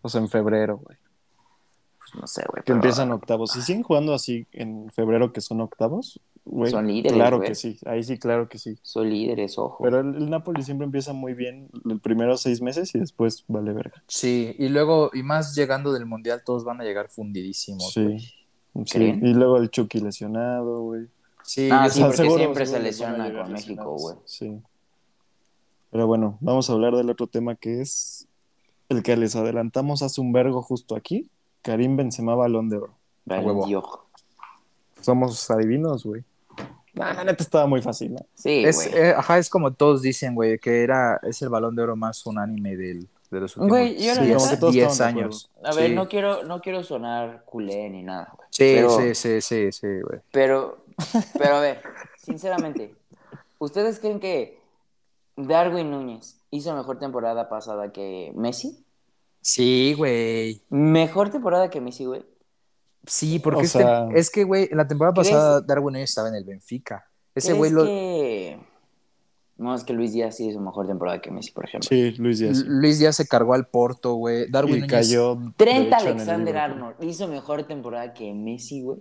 S3: O sea, en febrero, güey.
S2: Pues No sé, güey.
S3: Que
S2: pero-
S3: empiezan octavos. Si siguen jugando así en febrero, que son octavos, güey.
S2: Son líderes,
S3: Claro
S2: güey.
S3: que sí. Ahí sí, claro que sí.
S2: Son líderes, ojo.
S3: Pero el, el Napoli siempre empieza muy bien los primeros seis meses y después vale verga.
S1: Sí, y luego, y más llegando del Mundial, todos van a llegar fundidísimos.
S3: Sí. Sí.
S2: ¿Creen?
S3: Y luego el Chucky lesionado, güey.
S1: Sí,
S2: Ah,
S1: yo-
S2: sí, porque
S3: seguro-
S2: siempre se
S3: seguro les van a
S2: lesiona
S3: llegar
S2: con México,
S3: lesionados.
S2: güey.
S3: Sí. Pero bueno, vamos a hablar del otro tema que es el que les adelantamos hace un vergo justo aquí. Karim Benzema Balón de Oro.
S2: Vale,
S1: huevo.
S2: Dios.
S3: Somos adivinos, güey. Ah, la neta estaba muy fácil, ¿no?
S2: Sí,
S1: es,
S2: güey.
S1: eh, ajá, es como todos dicen, güey, que era, es el balón de oro más unánime del, de los últimos
S2: Güey, yo la
S3: Sí,
S2: neta-
S3: como que todos
S1: 10
S3: estaban de acuerdo.
S1: años.
S2: A ver,
S1: Sí.
S2: no quiero, no quiero sonar culé ni nada, güey.
S1: Sí,
S2: pero,
S1: sí, sí, sí, sí, güey.
S2: Pero, pero a ver, sinceramente, ¿ustedes creen que Darwin Núñez hizo mejor temporada pasada que Messi?
S1: Sí, güey.
S2: Mejor temporada que Messi, güey.
S1: Sí, porque
S3: O
S1: este-
S3: sea-
S1: es que, güey, la temporada
S2: ¿Crees-
S1: pasada Darwin Núñez estaba en el Benfica. Ese
S2: ¿Crees
S1: güey lo...
S2: que- No, es que Luis Díaz sí hizo mejor temporada que Messi, por ejemplo.
S3: Sí, Luis Díaz.
S1: Luis Díaz se cargó al Porto, güey. Darwin
S3: y
S1: Núñez-
S3: cayó. de hecho,
S2: Trent
S3: en el
S2: Alexander
S3: Liverpool.
S2: Arnold hizo mejor temporada que Messi, güey.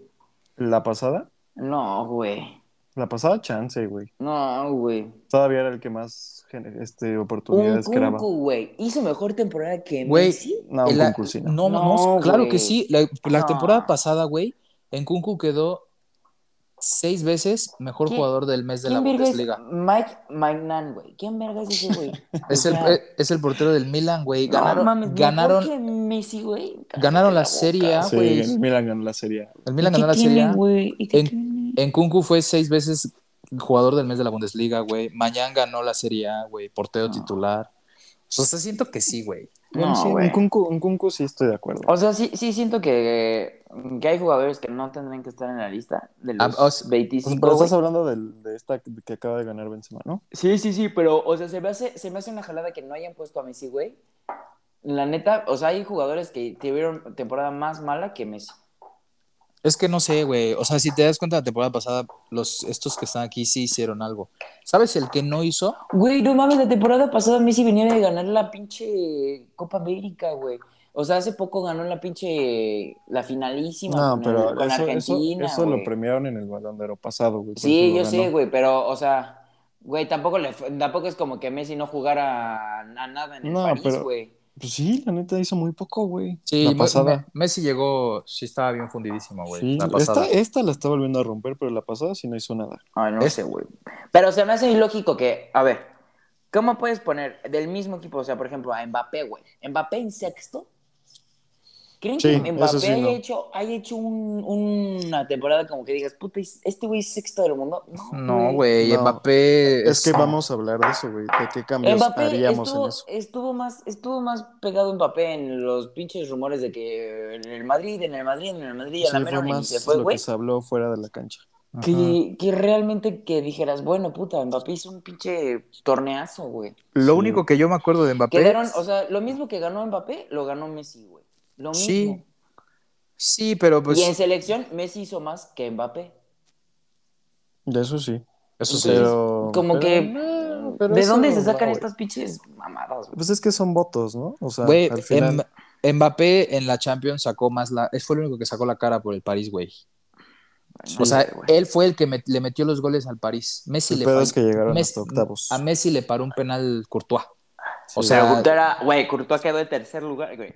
S3: ¿La pasada?
S2: No, güey.
S3: La pasada chance, güey.
S2: No, güey.
S3: Todavía era el que más gener- este,
S2: Un
S3: oportunidades creaba.
S2: Kunku, güey. Hizo mejor temporada que
S1: Güey.
S2: Messi.
S3: No, un
S1: El-
S3: Kunku sí, no.
S1: No,
S2: No,
S1: no, claro
S2: güey.
S1: que sí. La, la
S2: No.
S1: temporada pasada, güey, en Kunku quedó seis veces mejor
S2: ¿Quién-
S1: jugador del mes de la
S2: ¿Quién verga es
S1: Bundesliga.
S2: Mike Magnan, güey? ¿Quién verga es ese güey?
S1: Es el,
S2: O sea,
S1: es el portero del Milan, güey.
S2: no
S1: Ganaron,
S2: mames, mejor
S1: ganaron.
S2: que Messi, güey. Cállate
S1: ganaron la
S2: boca.
S1: Serie A.
S3: Sí,
S1: güey.
S3: el Milan ganó la serie. A.
S1: El
S2: ¿Y
S1: Milan
S2: qué
S1: ganó la Serie
S2: tienen,
S1: A.
S2: güey? ¿Y qué
S1: En-
S2: tienen?
S1: En Kunku fue seis veces jugador del mes de la Bundesliga, güey. Mañana ganó la Serie A, güey. Portero
S2: No.
S1: titular. O sea, siento que sí, güey.
S2: No,
S3: sí,
S2: güey.
S3: un Kunku, un Kunku sí estoy de acuerdo.
S2: O sea, sí, sí siento que, que hay jugadores que no tendrían que estar en la lista de los
S1: Ah, o sea,
S3: Pero
S2: 25.
S3: estás
S2: güey.
S3: hablando del- de esta que acaba de ganar Benzema, ¿no?
S2: Sí, sí, sí, pero, o sea, se me hace, se me hace una jalada que no hayan puesto a Messi, güey. La neta, o sea, hay jugadores que tuvieron temporada más mala que Messi.
S1: Es que no sé, güey. O sea, si te das cuenta, la temporada pasada, los, estos que están aquí sí hicieron algo. ¿Sabes el que no hizo?
S2: Güey, no mames, la temporada pasada Messi venía de ganar la pinche Copa América, güey. O sea, hace poco ganó la pinche, la finalísima
S3: No,
S2: con,
S3: pero eso,
S2: con
S3: eso-
S2: Argentina,
S3: eso lo
S2: güey.
S3: premiaron en el Balón de Oro pasado, güey. por
S2: Sí,
S3: eso
S2: yo
S3: lo
S2: sé,
S3: ganó.
S2: güey, pero, o sea, güey, tampoco, le, fue- tampoco es como que Messi no jugara a nada en el
S3: No,
S2: París,
S3: pero-
S2: güey.
S3: Pues sí, la neta hizo muy poco, güey.
S1: Sí,
S3: la
S1: Me-
S3: pasada.
S1: Me- Messi llegó, sí estaba bien fundidísimo, güey.
S3: Sí,
S1: la
S3: esta,
S1: pasada.
S3: esta la está volviendo a romper, pero la pasada sí no hizo nada.
S2: Ay, no
S1: Es-
S2: sé, güey. Pero se me hace ilógico que, a ver, ¿cómo puedes poner del mismo equipo, o sea, por ejemplo, a Mbappé, güey? Mbappé en sexto ¿Creen
S3: Sí,
S2: que
S3: eso
S2: Mbappé
S3: sí, no.
S2: haya hecho, haya hecho un- una temporada como que digas, puta, este güey es sexto del mundo?
S1: No, güey,
S3: No.
S1: Mbappé
S3: Es que vamos a hablar de eso, güey. ¿De qué cambios
S2: Mbappé
S3: haríamos en
S2: estuvo,
S3: eso?
S2: estuvo más estuvo más pegado Mbappé en los pinches rumores de que en el Madrid, en el Madrid, en el Madrid, y a
S3: Sí,
S2: la
S3: fue
S2: mera hora ni
S3: más
S2: se fue,
S3: lo
S2: güey.
S3: que se habló fuera de la cancha. Ajá.
S2: Que, que realmente que dijeras, bueno, puta, Mbappé hizo un pinche torneazo, güey.
S1: Lo
S3: Sí.
S1: único que yo me acuerdo de Mbappé.
S2: Quedaron, o sea, lo mismo que ganó Mbappé, lo ganó Messi, güey. Lo mismo.
S1: Sí, sí, pero pues
S2: y en selección, Messi hizo más que Mbappé.
S3: De eso sí.
S1: eso sí.
S2: entonces,
S3: Pero-
S2: Como
S3: pero
S2: que,
S3: no, pero
S2: ¿de
S3: eso
S2: dónde se
S3: no,
S2: sacan
S3: güey.
S2: estas pinches mamadas, güey?
S3: Pues es que son votos, ¿no? O sea,
S1: Güey,
S3: al final.
S1: Em- Mbappé en la Champions sacó más la. Fue el único que sacó la cara por el París, güey.
S2: No
S1: O sea,
S2: sé, güey.
S1: él fue el que met- le metió los goles al París. Messi
S3: El
S1: le
S3: pedo
S1: falló-
S3: es que llegaron
S1: Messi-
S3: hasta octavos.
S1: A Messi le paró un penal Courtois. O
S3: Sí.
S1: sea,
S2: Pero Courtois era- güey, Courtois quedó en tercer lugar, güey.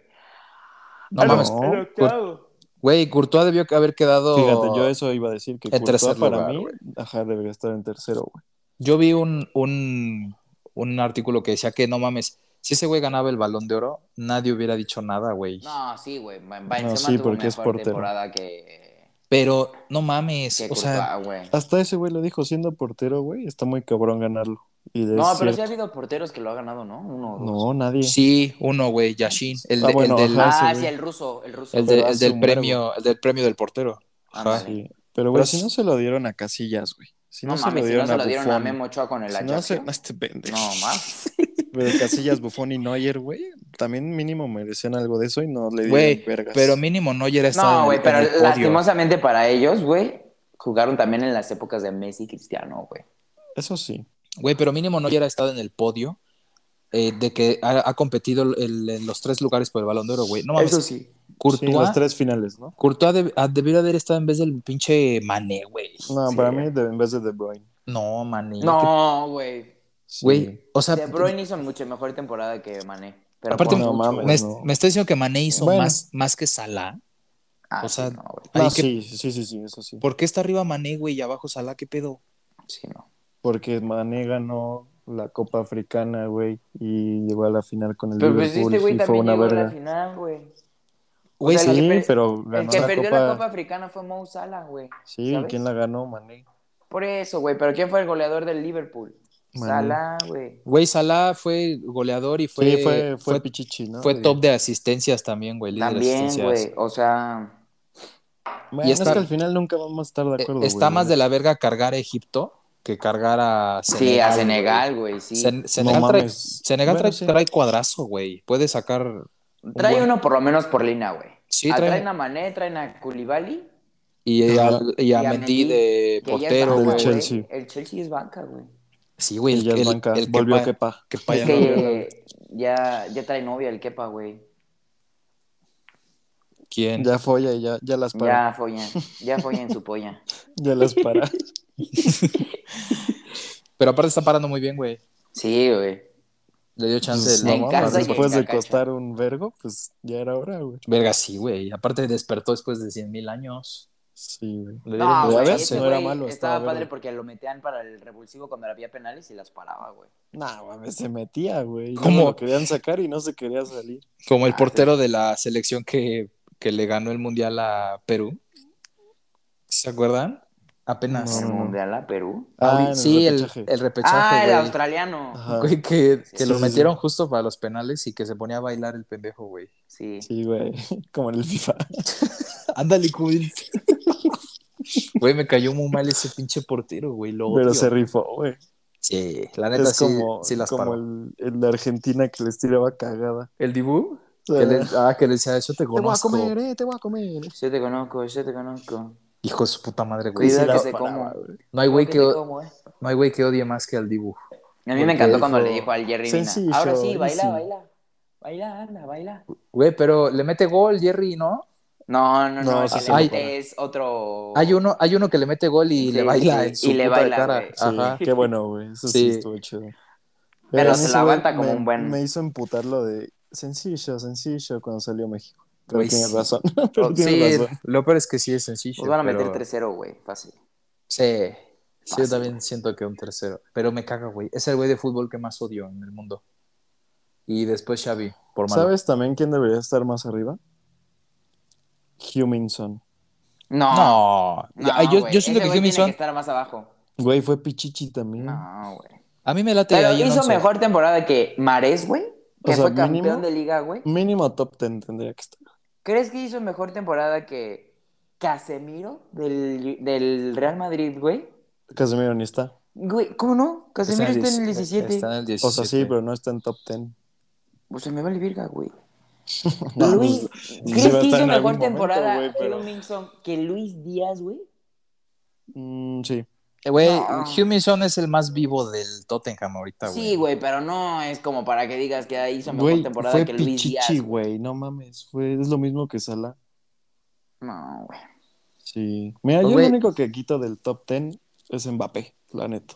S1: no
S3: Pero-
S1: mames.
S3: No.
S2: Pero, claro.
S1: Güey, Courtois debió haber quedado.
S3: Fíjate, yo eso iba a decir que
S1: En
S3: Courtois
S1: tercer
S3: para
S1: lugar,
S3: mí,
S1: güey.
S3: ajá, debería estar en tercero, güey.
S1: Yo vi un, un, un artículo que decía que no mames, si ese güey ganaba el balón de oro, nadie hubiera dicho nada, güey.
S2: No, sí, güey. Benzema
S3: No, sí,
S2: tuvo
S3: porque es
S2: mejor
S3: portero.
S2: temporada que,
S1: Pero no mames,
S2: que
S1: o sea,
S2: Courtois, güey.
S3: Hasta ese güey lo dijo, siendo portero, güey, está muy cabrón ganarlo. Y de
S2: No, pero sí ha
S3: cierto-
S2: habido porteros que lo ha ganado, ¿no? Uno o dos.
S3: No, nadie.
S1: sí, uno, güey, Yashin, el,
S3: Ah,
S1: de- el
S3: bueno,
S1: del,
S3: ajá.
S2: Ah,
S3: ese,
S2: sí,
S3: güey.
S2: el ruso, el ruso.
S1: el de-
S3: Pero
S1: el del
S3: hace un
S1: premio, el del premio del portero.
S2: Ándale.
S1: Ajá.
S3: Sí. Pero,
S1: Pero
S3: güey, si
S1: es-
S3: no se lo dieron a Casillas, güey. Si no,
S2: no
S3: se
S2: mames,
S3: lo
S2: si no
S3: dieron
S2: se
S3: a
S2: lo dieron a
S3: Buffon.
S2: Memo Ochoa con el
S3: si no,
S2: Ajax.
S3: se...
S2: No,
S3: no, este pendejo.
S2: mames.
S3: Pero Casillas, Buffon y Neuer, güey, también mínimo merecían algo de eso y no le dieron
S1: Güey,
S3: vergas.
S1: pero mínimo no ya está
S2: No, güey,
S1: en
S2: pero
S1: el podio.
S2: lastimosamente para ellos, güey, jugaron también en las épocas de Messi y Cristiano, güey.
S3: Eso sí.
S1: Güey, pero mínimo no hubiera estado en el podio eh, de que ha, ha competido el- en los tres lugares por el balón de oro, güey. No mames,
S2: sí.
S1: Courtois,
S3: Sí, los tres finales, ¿no?
S1: Courtois deb- ah, debió haber estado en vez del pinche Mané, güey.
S3: No,
S2: Sí,
S3: para
S2: güey.
S3: mí de- en vez de De Bruyne.
S1: No, Mané.
S2: No, güey.
S1: ¿qué-
S3: Sí.
S1: Güey, o sea,
S2: De Bruyne hizo mucho mejor temporada que Mané. Pero
S1: Aparte,
S2: por
S1: no
S2: mucho,
S3: mames.
S2: güey.
S1: me,
S3: no.
S1: me está diciendo que Mané hizo
S3: Bueno.
S1: más, más que Salah.
S2: Ah,
S1: o sea,
S2: sí, no, güey.
S1: Ahí
S3: No,
S1: que-
S3: sí, sí, sí, sí, eso sí.
S1: ¿Por qué está arriba Mané, güey, y abajo Salah? ¿Qué pedo?
S2: Sí, no.
S3: Porque Mané ganó la Copa Africana, güey, y llegó a la final con el
S2: Pero pues
S3: Liverpool
S2: este güey
S3: y fue
S2: también
S3: una
S2: llegó a
S3: verga.
S2: la final, güey.
S1: Güey,
S2: O sea,
S1: sí,
S2: el
S3: Sí,
S2: que per-
S3: pero
S2: El
S3: ganó
S2: que
S3: la
S2: perdió
S3: Copa.
S2: la Copa Africana fue Mo Salah, güey.
S3: Sí, ¿y
S2: ¿sabes?
S3: quién la ganó? Mané.
S2: Por eso, güey. Pero ¿quién fue el goleador del Liverpool?
S3: Mané.
S2: Salah, güey.
S1: güey, Salah fue goleador y fue,
S3: Sí, fue, fue,
S1: fue,
S3: Pichichi, ¿no?
S1: fue
S3: De-
S1: top de asistencias también, güey. líder de
S2: También,
S1: asistencias. Eh,
S2: güey. O sea,
S3: Bueno,
S1: Y
S3: es
S1: está-
S3: que al final nunca vamos a estar de acuerdo.
S1: Eh, Está
S3: güey,
S1: más
S3: la
S1: de la verga cargar a Egipto que cargar a Senegal.
S2: sí, a
S1: güey.
S2: Senegal, güey, sí.
S1: Sen-
S3: neta.
S1: Senegal
S3: No
S1: trae,
S3: mames.
S1: Senegal
S3: Bueno,
S1: trae,
S3: sí.
S1: trae cuadrazo, güey. Puede sacar. un
S2: Trae
S1: buen-
S2: uno por lo menos por línea, güey.
S1: Sí,
S2: Ah,
S1: trae-
S2: traen a Mané, traen a Koulibaly.
S1: Y, eh,
S3: Ajá.
S1: al- y a
S2: Y a
S1: Mendy
S2: Mendy,
S1: de
S2: que ya es
S1: portero,
S2: banca,
S3: Del
S1: güey.
S3: Chelsea.
S2: El Chelsea es banca, güey.
S1: Sí, güey.
S3: Y ya
S1: El,
S3: es
S1: el,
S3: banca,
S1: el
S3: volvió
S1: Kepa-
S3: Kepa.
S1: Kepa
S2: Es
S1: ya
S2: que
S1: no-
S2: eh, ya, ya trae novia el Kepa, güey.
S1: ¿Quién?
S3: Ya folla y ya, ya las para.
S2: Ya follan, ya follan su polla.
S3: Ya, las para.
S1: Pero aparte está parando muy bien, güey.
S2: Sí, güey.
S1: Le dio chance
S3: Pues,
S1: el.
S2: no
S1: la-
S2: en
S3: mames,
S2: casa y en
S3: después
S2: la
S3: de
S2: cancha.
S3: costar un vergo, pues ya era hora, güey.
S1: Verga, sí, güey. Aparte despertó después de 100 mil años.
S3: Sí, güey.
S1: Le dieron- le-
S2: No,
S3: güey,
S2: Ah, güey,
S3: a ver,
S2: ese
S3: si no era
S2: güey
S3: malo,
S2: estaba
S3: estaba
S2: padre
S3: verde.
S2: porque lo metían para el revulsivo cuando había penales y las paraba, güey.
S3: Nah, mames, se metía, güey. Luego
S1: ¿Cómo?
S3: Lo querían sacar y no se quería salir.
S1: Como el
S2: Ah,
S1: portero de la selección que, que le ganó el mundial a Perú. ¿Se acuerdan? Apenas.
S3: No,
S2: el
S3: no, no.
S2: Mundial a Perú.
S3: Ah, en el
S1: sí, el,
S3: repechaje.
S1: el
S2: ah, el
S1: repechaje, güey.
S2: australiano.
S3: Ajá.
S1: Güey, que, que
S3: Sí,
S1: lo
S3: sí,
S1: metieron justo para los penales y que se ponía a bailar el pendejo, güey.
S2: Sí.
S3: Sí, güey. Como en el FIFA.
S1: Ándale, Cubil. Güey, me cayó muy mal ese pinche portero, güey. Lo
S3: Pero
S1: odio.
S3: se rifó, güey.
S1: Sí, la neta
S3: Es
S1: sí,
S3: como,
S1: sí las
S3: como
S1: paró.
S3: el, el de Argentina que les tiraba cagada.
S1: ¿El Dibu? Que le- ah, que le decía, yo te
S3: Te voy a
S1: conozco.
S3: comer, eh, te voy a comer.
S2: Yo te conozco, yo te conozco.
S1: Hijo de su puta madre, güey.
S3: Y
S2: Cuidado
S1: Sí,
S3: se
S2: que
S1: la-
S2: te
S3: paraba,
S2: como.
S3: güey.
S1: No hay güey que,
S2: Cuidado
S1: o-
S2: te como, eh.
S1: no hay güey que odie más que al Dibu.
S2: A mí me
S1: Porque
S2: encantó cuando
S1: dijo-
S2: le dijo al Jerry Mina.
S3: Sencillo,
S2: Ahora sí, baila,
S3: easy".
S2: baila. Baila, anda, baila.
S1: Güey, pero le mete gol, Jerry, ¿no?
S2: No, no,
S3: No,
S2: no. el
S3: sí,
S2: que
S1: sí,
S2: le
S1: lo
S2: mete es otro.
S1: Hay uno, hay uno que le mete gol y
S2: Sí,
S1: le baila
S2: sí,
S1: en su
S2: y le
S1: puta
S2: baila,
S1: cara.
S2: güey.
S3: Sí,
S1: Ajá.
S3: qué bueno, güey. Eso sí,
S1: Sí.
S3: estuvo chido.
S2: Pero
S3: a mí
S2: se
S3: ese
S2: la
S3: güey
S2: aguanta como
S3: me-
S2: un buen-
S3: Me hizo emputar lo de sencillo, sencillo cuando salió México. Pero
S1: Güey,
S3: tienes
S1: sí. Oh,
S3: razón. Pero
S1: Sí,
S3: tienes razón.
S1: lo peor es que sí es sencillo.
S2: Nos Pues van a meter
S1: pero-
S2: 3-0, güey. Fácil.
S1: Sí. Sí, yo
S2: Fácil,
S1: también siento que un tercero. Pero me caga, güey. Es el güey de fútbol que más odio en el mundo. Y después Xavi, por malo.
S3: ¿Sabes también quién debería estar más arriba? Huminson.
S2: No.
S1: No.
S2: no,
S1: Ay, yo,
S2: güey.
S1: yo siento
S2: Ese
S1: que
S2: güey
S1: Huminson.
S2: Tiene que estar más abajo.
S3: Güey, fue Pichichi también.
S2: No, güey.
S1: A mí me late
S2: Pero
S1: ahí en
S2: hizo
S1: once.
S2: mejor temporada que Mares, güey. Que
S3: O sea,
S2: fue campeón
S3: mínimo.
S2: de liga, güey.
S3: Mínimo top 10 tendría que estar.
S2: ¿Crees que hizo mejor temporada que Casemiro del, del Real Madrid, güey?
S3: Casemiro ni está.
S2: Güey, ¿cómo no?
S1: Está
S2: Casemiro está en el
S1: dieci-
S2: 17.
S1: Está en el 17.
S3: O sea, sí, pero no está en top 10.
S2: Pues se me vale verga, güey.
S3: No,
S2: Luis,
S3: pues, sí va
S2: ¿crees
S3: a
S2: que
S3: estar
S2: hizo
S3: en algún
S2: mejor
S3: momento,
S2: temporada
S3: güey, pero-
S2: Huminson que Luis Díaz, güey?
S3: Mm, sí.
S1: Eh, Güey,
S2: No.
S1: Huminson es el más vivo del Tottenham ahorita, güey.
S2: Sí, güey, pero no es como para que digas que hizo mejor
S3: Güey,
S2: temporada
S3: fue
S2: que Luis
S3: Pichichi,
S2: Díaz.
S3: güey. No mames. Fue, es lo mismo que Sala.
S2: No, güey.
S3: Sí. Mira,
S1: Pues,
S3: yo
S1: güey.
S3: lo único que quito del top 10 es Mbappé, la neta.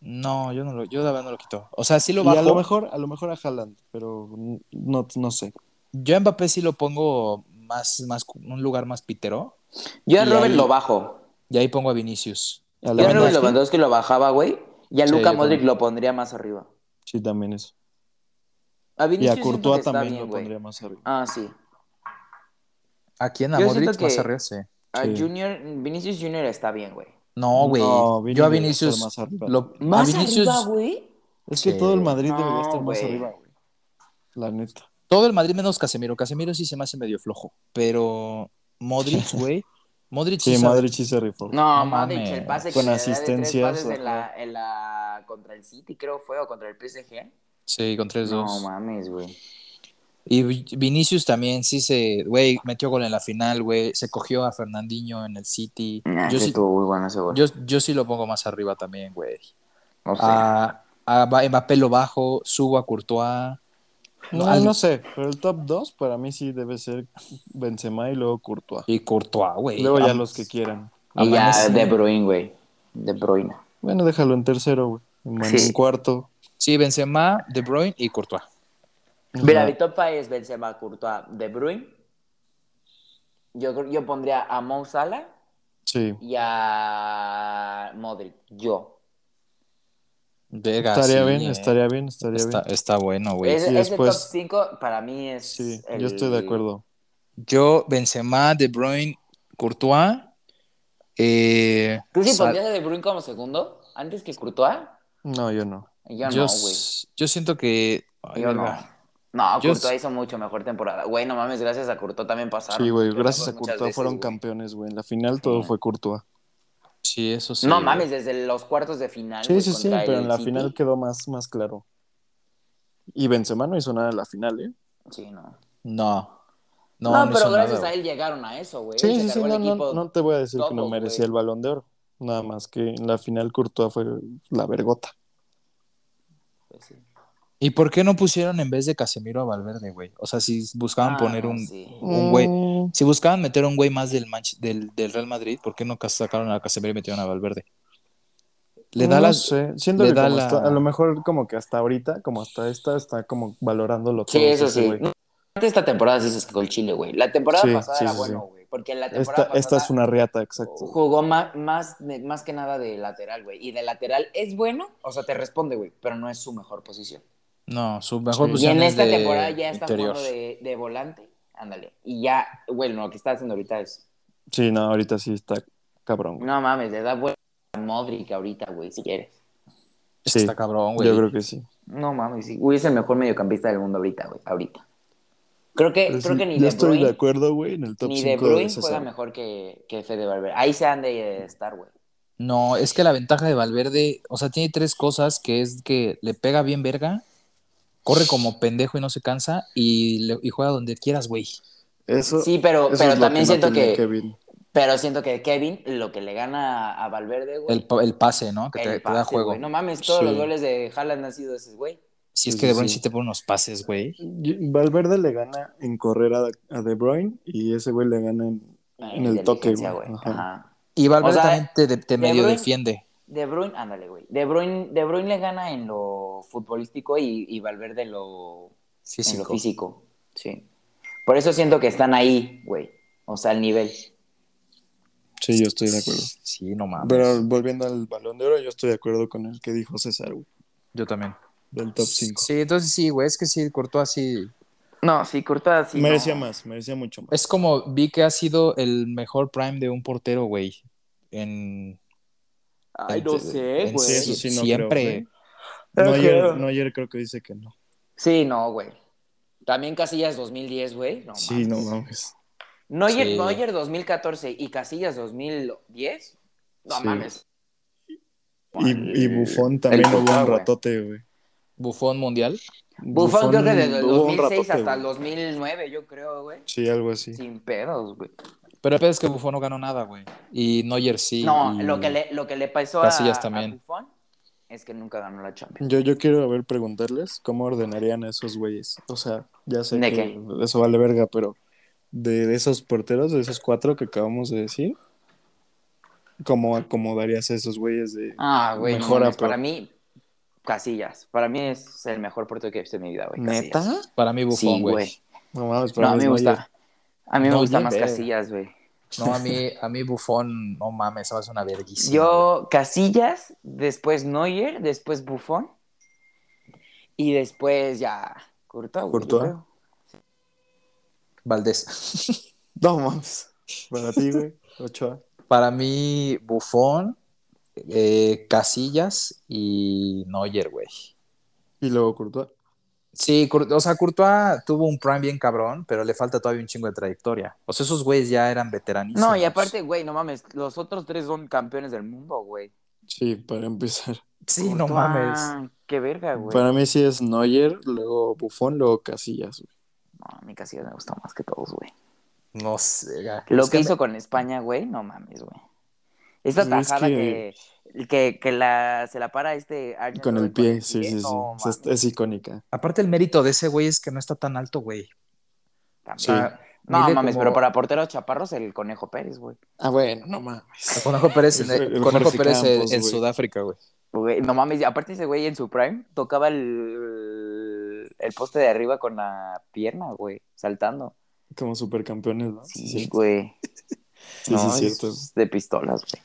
S1: No, yo no lo, yo la verdad no lo quito. O sea, sí lo
S3: Y a lo
S1: bajo.
S3: mejor, a lo mejor a Haaland, pero n- no, no sé.
S1: Yo a Mbappé sí lo pongo más, más, un lugar más pitero.
S2: Yo a
S1: Y
S2: Robert
S1: ahí-
S2: lo bajo.
S1: Y ahí pongo a Vinicius.
S3: A
S2: Yo a Robert
S1: Lewandowski.
S2: Lewandowski lo bajaba, güey. Y a
S1: Sí,
S2: Luca
S1: yo
S2: Modric
S1: también.
S2: lo pondría más arriba.
S3: Sí, también eso.
S2: A
S3: Y
S2: Vinicius
S3: a
S2: siento que
S3: Courtois
S2: está
S3: también
S2: bien,
S3: lo
S2: güey.
S3: pondría más arriba.
S2: Ah, sí.
S1: ¿A quién? ¿A
S2: Yo
S1: Modric?
S2: siento que-
S1: Más arriba, sí.
S2: A
S3: Sí.
S2: Junior, Vinicius Junior está bien, güey.
S1: No, güey.
S3: No, Vini
S1: yo a
S3: debe
S1: Vinicius.
S3: estar más arriba.
S1: lo-
S2: ¿Más
S1: a Vinicius.
S2: arriba, güey?
S3: Es que
S1: Sí.
S3: todo el Madrid debería
S2: No,
S3: estar más
S2: güey.
S3: arriba, güey. La neta.
S1: todo el Madrid menos Casemiro. Casemiro sí se me hace medio flojo. Pero Modric, güey. Modric
S3: Sí,
S1: sí sabe-
S3: Madrid sí se rifó.
S2: No,
S1: No
S2: Modric,
S1: mames.
S2: el pase que
S3: Con
S2: le da de tres
S3: asistencias,
S2: pases en
S3: ajá.
S2: la, en la- contra el City, creo fue, o contra el PSG.
S1: Sí, con 3-2.
S2: No mames, güey.
S1: Y Vi- Vinicius también sí se, güey, metió gol en la final, güey, se cogió a Fernandinho en el City.
S2: Nah,
S1: yo,
S2: sí
S1: sí,
S2: estuvo muy bueno ese gol.
S1: yo, yo sí lo pongo más arriba también, güey.
S2: no sé.
S3: Ah,
S1: A, a Ba- Mbappé lo bajo, subo a Courtois.
S3: No,
S1: al-
S3: no sé, pero el top 2 para mí sí debe ser Benzema y luego Courtois.
S1: Y Courtois, güey.
S3: Luego ya
S1: Am-
S3: los que quieran.
S2: y ya
S1: amanece.
S2: De Bruyne, güey. De Bruyne.
S3: Bueno, déjalo en tercero, güey. En,
S2: Sí.
S3: en cuarto.
S1: Sí, Benzema, De Bruyne y Courtois.
S2: Mira, mi
S3: Ajá.
S2: top five es Benzema, Courtois, De Bruyne. Yo, creo- yo pondría a Mo Salah
S3: Sí.
S2: y a Modric. Yo.
S1: Verga,
S3: Estaría
S1: sí,
S3: bien,
S1: eh.
S3: estaría bien, estaría
S1: Está,
S3: bien.
S1: está bueno, güey.
S2: Ese,
S3: y
S2: ese
S3: después-
S2: top 5 para mí es.
S3: Sí,
S2: el-
S3: yo estoy de acuerdo.
S1: Yo, Benzema, De Bruyne, Courtois. Eh,
S2: ¿Tú sí
S1: Sal-
S2: pondrías a De Bruyne como segundo? ¿Antes que Courtois?
S3: No, yo no.
S2: Yo,
S1: yo,
S2: no, güey.
S1: s- yo siento que... ay,
S2: Yo no.
S1: verga.
S2: No,
S1: Yo
S2: Courtois
S1: s-
S2: hizo mucho mejor temporada. Güey, no mames, gracias a Courtois también pasaron.
S3: Sí, güey,
S2: Yo me
S3: gracias a
S2: acuerdo muchas
S3: Courtois
S2: veces,
S3: fueron
S2: güey.
S3: campeones, güey. En la final todo
S2: Sí.
S3: fue Courtois.
S1: Sí, eso sí.
S2: no
S1: güey.
S2: mames, desde los cuartos de final.
S3: Sí,
S2: güey,
S3: sí, sí,
S2: contra
S3: pero
S2: el
S3: en la
S2: City.
S3: final quedó más, más claro. Y Benzema no hizo nada en la final, ¿eh?
S2: Sí, no.
S1: No.
S2: No,
S1: No, no,
S2: pero
S1: hizo
S2: gracias
S1: nada,
S2: a
S1: güey.
S2: él llegaron a eso, güey.
S3: Sí,
S2: Se
S3: sí, sí,
S2: cargó
S3: no,
S2: el
S3: no,
S2: equipo.
S3: no te voy a decir que no
S2: todos,
S3: merecía
S2: güey.
S3: el balón de oro. Nada más que en la final Courtois fue la vergota.
S2: Pues sí.
S1: ¿Y por qué no pusieron en vez de Casemiro a Valverde, güey? O sea, si buscaban
S2: Ah,
S1: poner un,
S2: sí.
S1: un güey.
S3: Mm,
S1: Si buscaban meter un güey más del, Manch- del, del Real Madrid, ¿por qué no ca- sacaron a Casemiro y metieron a Valverde? Le da
S3: Mm, no
S1: las.
S3: sé, siento
S1: le
S3: que
S1: da
S3: como
S1: la-
S3: está- a lo mejor como que hasta ahorita, como hasta esta, está como valorándolo todo.
S2: Sí, eso
S3: ese
S2: sí.
S3: güey.
S2: No, esta temporada sí se sacó el Chile, güey. La temporada
S3: Sí,
S2: pasada
S3: sí,
S2: era
S3: sí,
S2: bueno,
S3: sí.
S2: güey. Porque la temporada
S3: Esta,
S2: pasada Oh.
S3: esta es una reata, exacto.
S2: jugó más, más, más que nada de lateral, güey. Y de lateral es bueno, o sea, te responde, güey, pero no es su mejor posición.
S1: No, su mejor
S3: Sí.
S2: Y
S1: posición
S2: en
S1: es
S2: esta
S1: de
S2: temporada ya está
S1: interior.
S2: jugando de, de volante. Ándale. Y ya, güey, lo que está haciendo ahorita es.
S3: Sí, no, ahorita sí está cabrón. güey.
S2: No mames, le da vuelta a Modric ahorita, güey, si quieres.
S1: Está
S3: Sí,
S1: cabrón, güey.
S3: Yo creo que sí.
S2: No mames, sí. Güey, es el mejor mediocampista del mundo ahorita, güey. Ahorita. Creo que,
S3: Pero
S2: creo
S3: sí,
S2: que ni
S3: yo
S2: de
S3: estoy
S2: Bruyne,
S3: de acuerdo, güey, en el top
S2: ni de
S3: 5
S2: Bruyne juega mejor que, que Fede Valverde. Ahí se han de estar, güey.
S1: No, es que la ventaja de Valverde, o sea, tiene tres cosas, que es que le pega bien verga, corre como pendejo y no se cansa, y, le- y juega donde quieras, güey.
S3: Eso,
S2: Sí, pero,
S3: eso es
S2: pero
S3: lo
S2: también
S3: no
S2: siento
S3: tiene
S2: que,
S3: Kevin.
S2: Pero siento que Kevin, lo que le gana a Valverde, güey.
S1: El, pa- el pase, ¿no? Que
S2: el
S1: te, te da
S2: pase,
S1: juego.
S2: güey. No mames, todos
S3: Sí.
S2: los goles de Haaland han sido ese, güey.
S1: Si es
S3: Sí,
S1: que De
S3: sí,
S1: Bruyne
S3: sí.
S1: sí te pone unos pases, güey.
S3: Y- Valverde le gana en correr a, a De Bruyne y ese güey le gana en, en el toque,
S2: Eh, Inteligencia,
S3: güey.
S2: güey.
S3: Ajá.
S2: Ajá.
S1: Y Valverde
S2: O sea,
S1: también te, te- te
S2: De
S1: medio
S2: Bruyne-
S1: defiende.
S2: De Bruyne, ándale, güey. De Bruyne, de Bruyne le gana en lo futbolístico y, y Valverde lo en lo
S1: Físico.
S2: físico. Sí. Por eso siento que están ahí, güey. O sea, al nivel.
S3: Sí, yo estoy de acuerdo.
S1: Sí, no mames.
S3: Pero volviendo al balón de oro, yo estoy de acuerdo con el que dijo César, güey,
S1: Yo también.
S3: del top 5.
S1: Sí, entonces sí, güey. Es que sí, cortó así.
S2: No, sí, Courtois sí.
S3: merecía
S2: no.
S3: más, merecía mucho más.
S1: Es como vi que ha sido el mejor prime de un portero, güey. En,
S2: Ay,
S1: en-
S2: no sé,
S1: en-
S2: güey.
S3: Eso sí, no
S1: siempre.
S3: creo, güey.
S2: No
S3: No
S2: creo.
S3: ayer, no ayer creo que dice que no.
S2: Sí, no, güey. También Casillas 2010, güey. No,
S3: sí, no
S2: mames.
S3: mames.
S2: Neuer,
S1: Sí.
S2: Neuer 2014 y Casillas 2010. No
S3: Sí.
S2: mames.
S3: Y, y Buffon también
S2: El
S3: hubo
S2: Courtois,
S3: un
S2: güey.
S3: ratote, güey.
S1: Bufón mundial.
S2: Buffon creo que desde el
S3: hubo un
S2: 2006
S3: ratote,
S2: hasta el
S3: güey.
S2: 2009, yo creo, güey.
S3: Sí, algo así.
S2: Sin pedos, güey.
S1: Pero el pedo es que Bufón no ganó nada, güey. Y Neuer sí.
S2: No,
S1: y-
S2: lo que le, lo que le pasó a,
S1: Casillas
S2: a
S1: también.
S2: Buffon es que nunca ganó la Champions.
S3: Yo, yo quiero, a ver, preguntarles cómo ordenarían a esos güeyes. O sea, ya sé
S2: ¿De
S3: que
S2: qué?
S3: eso vale verga, pero de, de esos porteros, de esos cuatro que acabamos de decir, ¿cómo acomodarías a esos güeyes de...
S2: Ah, güey. no
S3: Mejora,
S2: mames,
S3: pero-
S2: Para mí, Casillas. Para mí es el mejor portero que he visto en mi vida, güey.
S3: ¿Neta?
S2: Casillas.
S1: Para mí Bufón,
S2: Sí,
S1: güey.
S2: güey.
S3: No mames,
S2: No,
S3: para
S2: a mí
S3: mí
S2: me
S3: es Neuer.
S2: gusta. A mí me
S1: No,
S2: gusta
S1: ni
S2: más
S1: verga.
S2: Casillas, güey.
S1: No, a mí, a mí Bufón, no mames, se me hace una verguísima. güey.
S2: Yo, Casillas, después Neuer, después Buffon. Y después ya. Courtois. güey,
S3: Courtois.
S2: yo creo.
S1: Valdés.
S3: No mames. Para ti, güey. Ochoa.
S1: Para mí, Bufón, eh, Casillas y Neuer, güey.
S3: Y luego Courtois.
S1: Sí, Cour- o sea, Courtois tuvo un prime bien cabrón, pero le falta todavía un chingo de trayectoria. O sea, esos güeyes ya eran veteranísimos.
S2: No, y aparte, güey, no mames. Los otros tres son campeones del mundo, güey.
S3: Sí, para empezar.
S1: Sí, no
S2: Courtois,
S1: mames.
S2: Qué verga, Ah, güey.
S3: Para mí sí es Neuer, luego Buffon, luego Casillas, güey.
S2: No, a mí Casillas me gustó más que todos, güey.
S1: No sé. ya.
S2: Lo
S1: Es
S2: que
S1: me-
S2: hizo con España, güey, no mames, güey. Esa
S3: Es
S2: tajada
S3: que-
S2: que... que, que la, se la para este Arjen
S3: Con
S2: Robben
S3: el pie, sí, sí, sí.
S2: no
S3: O sea, es,
S2: mames,
S3: es icónica.
S1: Aparte, el mérito de ese güey es que no está tan alto, güey. O
S2: también.
S1: sea,
S2: No
S1: mide
S2: mames,
S1: como-
S2: pero para porteros chaparros el Conejo Pérez, güey.
S3: Ah, bueno, no mames.
S1: El Conejo Pérez, en,
S3: El- el
S1: Conejo
S3: Jorge
S1: Pérez en-
S3: Campos,
S1: en
S3: güey.
S1: Sudáfrica, güey.
S2: Güey, No mames, y aparte ese güey en su prime tocaba el, el poste de arriba con la pierna, güey, saltando.
S3: Como supercampeones, ¿no?
S2: Sí,
S3: sí,
S2: güey.
S3: sí,
S2: No,
S3: sí, cierto.
S2: es De pistolas, güey.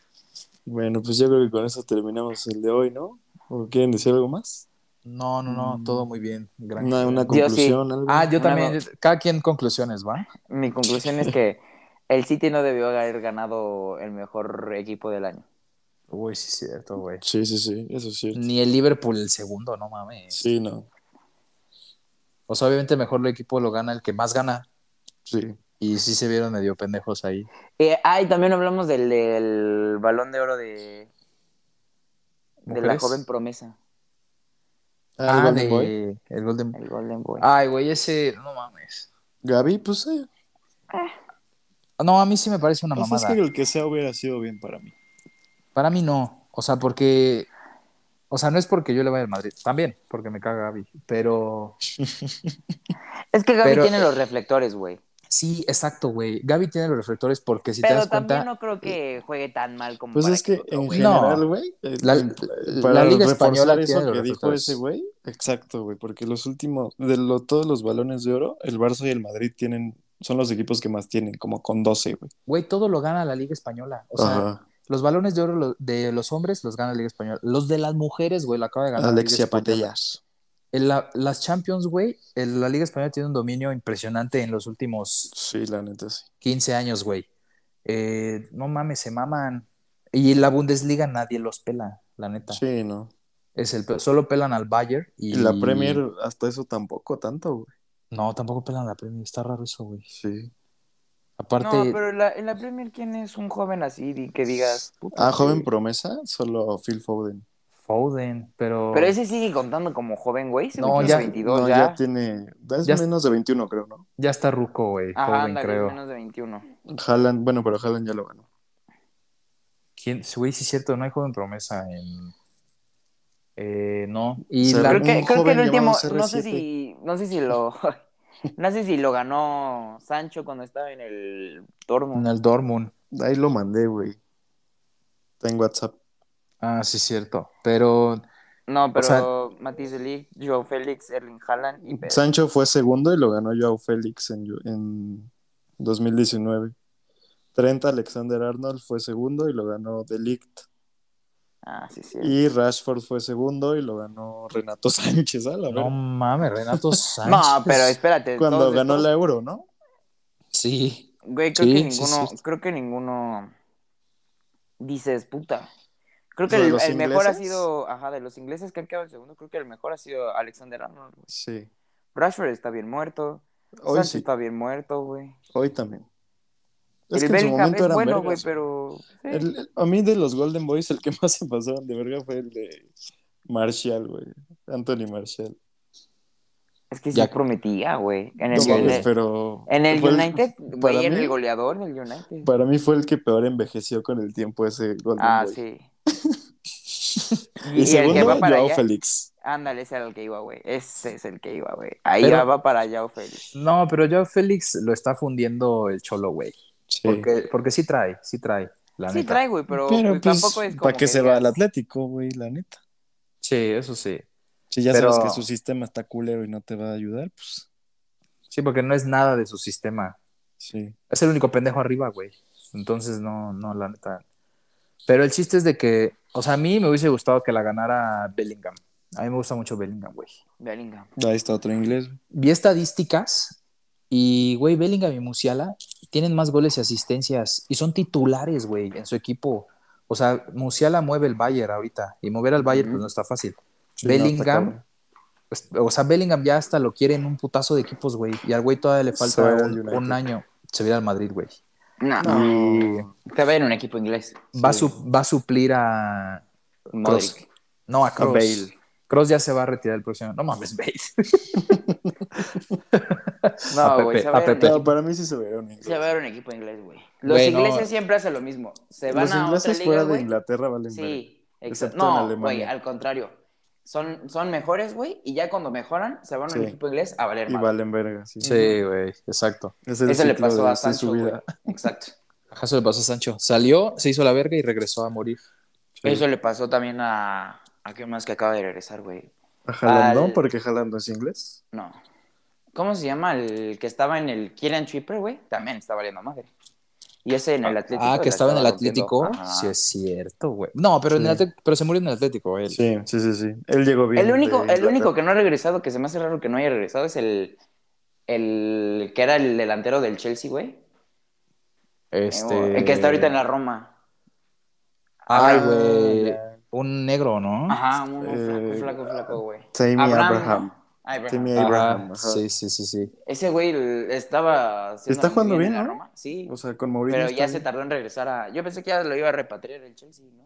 S3: Bueno, pues yo creo que con eso terminamos el de hoy, ¿no? ¿O quieren decir algo más?
S1: No, no, no,
S3: Mm.
S1: todo muy bien. Gran-
S3: Una, una
S2: Yo sí.
S3: conclusión, algo.
S1: Ah, yo
S2: Una
S1: también. Cada quien conclusiones, ¿va?
S2: Mi conclusión es que el City no debió haber ganado el mejor equipo del año.
S1: Uy, sí, es cierto, güey.
S3: Sí, sí, sí, eso es
S2: Mm.
S3: cierto.
S1: Ni el Liverpool el segundo, no mames.
S3: Sí, no.
S1: O sea, obviamente mejor el equipo lo gana el que más gana.
S3: Sí.
S1: Y sí se vieron medio pendejos ahí.
S2: Eh, ah, y también hablamos del, del balón de oro de, de la
S1: ¿Mujeres?
S2: joven promesa,
S1: Ah,
S3: Ah,
S1: de-
S3: de... Boy.
S1: el Golden Boy.
S2: el Golden Boy.
S3: Ah,
S1: Ay, güey, ese, no mames.
S3: Gaby, pues sí.
S1: No, a mí sí me parece una
S3: O sea, es
S1: mamada.
S3: que el que sea hubiera sido bien para mí.
S1: Para mí no. O sea, porque. O sea, no es porque yo le vaya al Madrid. También, porque me caga Gaby. Pero.
S2: es que Gaby
S1: pero-
S3: eh,
S2: tiene los reflectores, güey.
S1: Sí, exacto, güey. Gaby tiene los reflectores porque si te
S2: Pero
S1: das
S2: también
S1: cuenta.
S2: no creo que juegue tan mal como
S3: eh, Pues
S2: para
S3: es que en
S2: güey.
S1: No.
S3: general, güey, el-
S1: La-
S3: el-
S1: la
S3: para
S1: Liga
S3: reforzar
S1: Española tiene
S3: eso
S1: los
S3: que dijo
S1: resultados.
S3: ese güey, exacto, güey, porque los últimos de lo- todos los balones de oro, el Barça y el Madrid tienen son los equipos que más tienen, como con 12, güey.
S1: Güey, todo lo gana la Liga Española. O sea,
S3: Ajá.
S1: los balones de oro lo- de los hombres los gana la Liga Española. Los de las mujeres, güey, lo acaba de ganar. la Liga
S3: Alexia
S1: Española.
S3: Putellas.
S1: En la- las Champions, güey, el- la Liga Española tiene un dominio impresionante en los últimos
S3: Sí, la neta sí.
S1: 15 años, güey. Eh, no mames, se maman. Y la Bundesliga nadie los pela, la neta.
S3: Sí, no.
S1: Es el pe- solo pelan al Bayern y
S3: Y la Premier hasta eso tampoco tanto, güey.
S1: No, tampoco pelan la Premier, está raro eso, güey.
S3: Sí.
S1: Aparte,
S2: No, pero en la, en la Premier, ¿quién es un joven así di- que digas? puta,
S3: Ah, joven
S2: güey?
S3: promesa, solo Phil Foden.
S1: Foden, pero
S2: Pero ese sigue contando como joven, güey. ese
S1: No,
S2: güey tiene
S1: ya-
S2: 22
S3: no,
S2: ya.
S3: ya. tiene es
S1: Ya-
S3: menos de 21, creo, ¿no?
S1: ya está ruco, güey,
S2: Ajá,
S1: Foden,
S2: Ah, ándale, es
S1: creo.
S2: menos de 21.
S3: Haaland, bueno, pero Haaland ya lo ganó.
S1: ¿Quién? Güey, sí es cierto, no hay joven promesa en... Eh, no. Y
S3: Se
S1: la-
S2: Creo
S3: Claro,
S2: que,
S3: un
S2: creo que
S3: joven
S2: el último,
S3: llamado
S2: no sé
S3: CR7.
S2: si, no sé si lo, no sé si lo ganó Sancho cuando estaba en el
S1: en
S2: Dortmund.
S1: el Dortmund.
S3: Ahí lo mandé, güey. Está en WhatsApp.
S1: Ah, sí es cierto. Pero
S2: No, pero
S1: sea-
S2: Matisse de Ligt, Joe Félix, Erling Haaland y Pedro.
S3: Sancho fue segundo y lo ganó Joao Félix en, en 2019. Trent Alexander Arnold fue segundo y lo ganó De Ligt.
S2: Ah, sí, sí.
S3: Y Rashford fue segundo y lo ganó Renato Sánchez. A la
S1: No
S3: verga.
S1: mames, Renato Sánchez.
S2: No, pero espérate.
S3: Cuando
S2: todos
S3: ganó
S2: estos-
S3: la Euro, ¿no?
S1: Sí.
S2: Güey, creo
S1: Sí,
S2: que
S1: sí,
S2: ninguno,
S1: sí.
S2: creo que ninguno dices puta. Creo que
S3: ¿De
S2: el,
S3: los
S2: el mejor ha
S3: ingleses?
S2: sido, ajá, de los ingleses que han quedado en segundo, creo que el mejor ha sido Alexander Arnold. güey.
S3: Sí.
S2: Rashford está bien muerto,
S3: Hoy
S2: Sánchez
S3: sí,
S2: está bien muerto, güey.
S3: hoy también.
S2: el Bellingham es
S3: eran
S2: bueno, güey,
S3: vergas.
S2: pero sí.
S3: El- el- a mí de los Golden Boys, el que más se pasaron de verga fue el de Martial, güey. Anthony Martial.
S2: es que
S1: Ya-
S2: se prometía, güey. En
S3: No
S2: el,
S1: Ya-
S3: mames,
S2: en el,
S3: pero.
S2: en el
S3: fue el-
S2: United, güey,
S3: para
S2: en
S3: mí-
S2: el goleador del United.
S3: Para mí fue el que peor envejeció con el tiempo ese Golden
S2: Ah,
S3: Boy.
S2: sí.
S3: Y,
S2: Y el
S3: segundo,
S2: que va para
S3: Joao
S2: allá.
S3: Félix.
S2: Ándale, ese era el que iba, güey. Ese es el que iba, güey. Ahí
S1: Pero-
S2: va para allá, Félix.
S1: No, pero yo Félix lo está fundiendo el cholo, güey.
S3: Sí.
S1: Porque, porque sí trae, sí trae. La
S2: Sí,
S1: neta.
S2: trae, güey, pero,
S3: Pero
S2: pues,
S3: pues,
S2: tampoco es como.
S3: ¿para qué se va
S2: seas-
S3: al Atlético, güey? La neta.
S1: Sí, eso sí.
S3: Si ya
S1: Pero-
S3: sabes que su sistema está culero y no te va a ayudar, pues
S1: Sí, porque no es nada de su sistema.
S3: sí.
S1: Es el único pendejo arriba, güey. Entonces, no, no, la neta. Pero el chiste es de que, o sea, a mí me hubiese gustado que la ganara Bellingham. A mí me gusta mucho Bellingham, güey.
S2: Bellingham.
S3: Ahí está otro inglés. güey.
S1: Vi estadísticas y, güey, Bellingham y Musiala tienen más goles y asistencias y son titulares, güey, en su equipo. O sea, Musiala mueve el Bayern ahorita y mover al Bayern
S2: Ujú.
S1: pues no está fácil.
S3: Sí, no, está
S1: Bellingham,
S3: cabrón.
S1: pues, o sea, Bellingham ya hasta lo quieren un putazo de equipos, güey. Y al güey todavía le
S3: Se va
S1: falta
S3: al
S1: un,
S3: United.
S1: un año. Se va a ir al Madrid, güey.
S2: No.
S1: Y
S2: Te va en un equipo inglés.
S1: va, a su- va a suplir a.
S2: Modric.
S1: Kroos. No, a Cross.
S3: Bale.
S1: Cross ya se va a retirar el próximo. No mames, Bale. A
S2: No, güey.
S1: Pepe,
S2: Se va
S1: a
S2: a ir en-
S1: Pepe.
S3: No, para mí sí se vería un inglés.
S2: se va a ir un equipo inglés, güey. Los
S1: Güey, no.
S2: ingleses siempre hacen lo mismo. Se van
S3: Los
S2: a otra
S3: ingleses
S2: liga,
S3: fuera de
S2: güey.
S3: Inglaterra valen verga.
S2: Sí, exacto.
S3: Excepto en
S2: No,
S3: Alemania.
S2: güey, al contrario. Son, son mejores, güey, y ya cuando mejoran, se van a un
S3: Sí.
S2: equipo inglés a valer
S3: Y
S2: madre.
S3: valen verga, sí.
S1: Sí, güey, exacto.
S3: Es el
S2: Eso le
S3: ciclo
S2: pasó
S3: de-
S2: a
S3: de
S2: Sancho,
S3: su
S2: güey.
S3: vida.
S2: Exacto.
S1: Ajá, se le pasó a Sancho. Salió, se hizo la verga y regresó a morir.
S3: Sí.
S2: Eso le pasó también a... ¿A quién más que acaba de regresar, güey?
S3: A Haaland,
S2: Al-
S3: ¿no? Porque Haaland no es inglés.
S2: No. ¿Cómo se llama el que estaba en el Kieran Tripper, güey? También está valiendo madre. Y ese en el Atlético.
S1: ah,
S2: la
S1: que estaba en el
S2: rompiendo.
S1: Atlético.
S2: Ajá.
S1: Sí, es cierto, güey. No, pero, en
S3: Sí.
S1: el Atlético- pero se murió en el Atlético, güey.
S3: Sí, sí, sí, sí. Él llegó bien.
S2: El único,
S3: de
S2: el único
S3: Inglaterra.
S2: que no ha regresado, que se me hace raro que no haya regresado, es el, el que era el delantero del Chelsea, güey.
S1: Este...
S2: Eh, El que está ahorita en la Roma.
S1: Ay,
S3: Ah,
S1: güey.
S3: ya.
S1: Un negro, ¿no?
S2: Ajá, un
S3: Eh,
S2: flaco, flaco, flaco, güey.
S3: Tammy Abraham.
S2: ¿no? Ah, Abraham.
S3: Tammy
S1: Ajá,
S3: Abraham. ajá.
S1: Sí, sí, sí, sí.
S2: Ese güey el- estaba. haciendo
S3: Está
S2: muy
S3: jugando bien,
S2: en la
S3: ¿no?
S2: Roma, Sí.
S3: O sea, con Mourinho.
S2: pero
S3: está
S2: ya se
S3: bien.
S2: tardó en regresar a. Yo pensé que ya lo iba a repatriar el Chelsea, ¿no?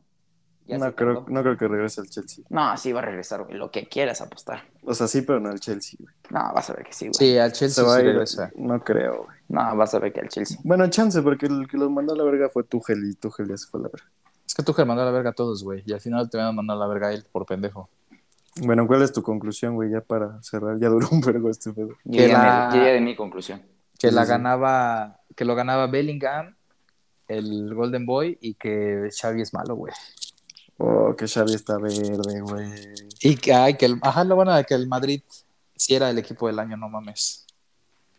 S2: Ya se
S3: no, creo,
S2: tardó.
S3: no creo que regrese al Chelsea.
S2: No, sí va a regresar, güey. Lo que quieras apostar.
S3: O sea, sí, pero no al Chelsea. güey.
S2: No, vas a ver que sí, güey.
S1: Sí, al Chelsea
S3: Se va
S1: sí
S3: a ir.
S1: regresa.
S3: No creo, güey.
S2: No, vas a ver que al Chelsea.
S3: Bueno, chance, porque el que los mandó a la verga fue Tuchel y Tuchel ya se fue a la verga.
S1: Es que tú que mandó a la verga a todos, güey. Y al final te van a mandar a la verga a él por pendejo.
S3: Bueno, ¿cuál es tu conclusión, güey? Ya para cerrar, ya duró un vergo este pedo.
S2: Yo
S1: Que
S2: ya
S1: la-
S2: me- yo ya de mi conclusión.
S1: Que
S3: Sí,
S1: la
S3: sí.
S1: ganaba, que lo ganaba Bellingham, el Golden Boy, y que Xavi es malo, güey.
S3: Oh, que Xavi está verde, güey.
S1: Y que, ay, que el, ajá, lo bueno de que el Madrid sí era el equipo del año, no mames.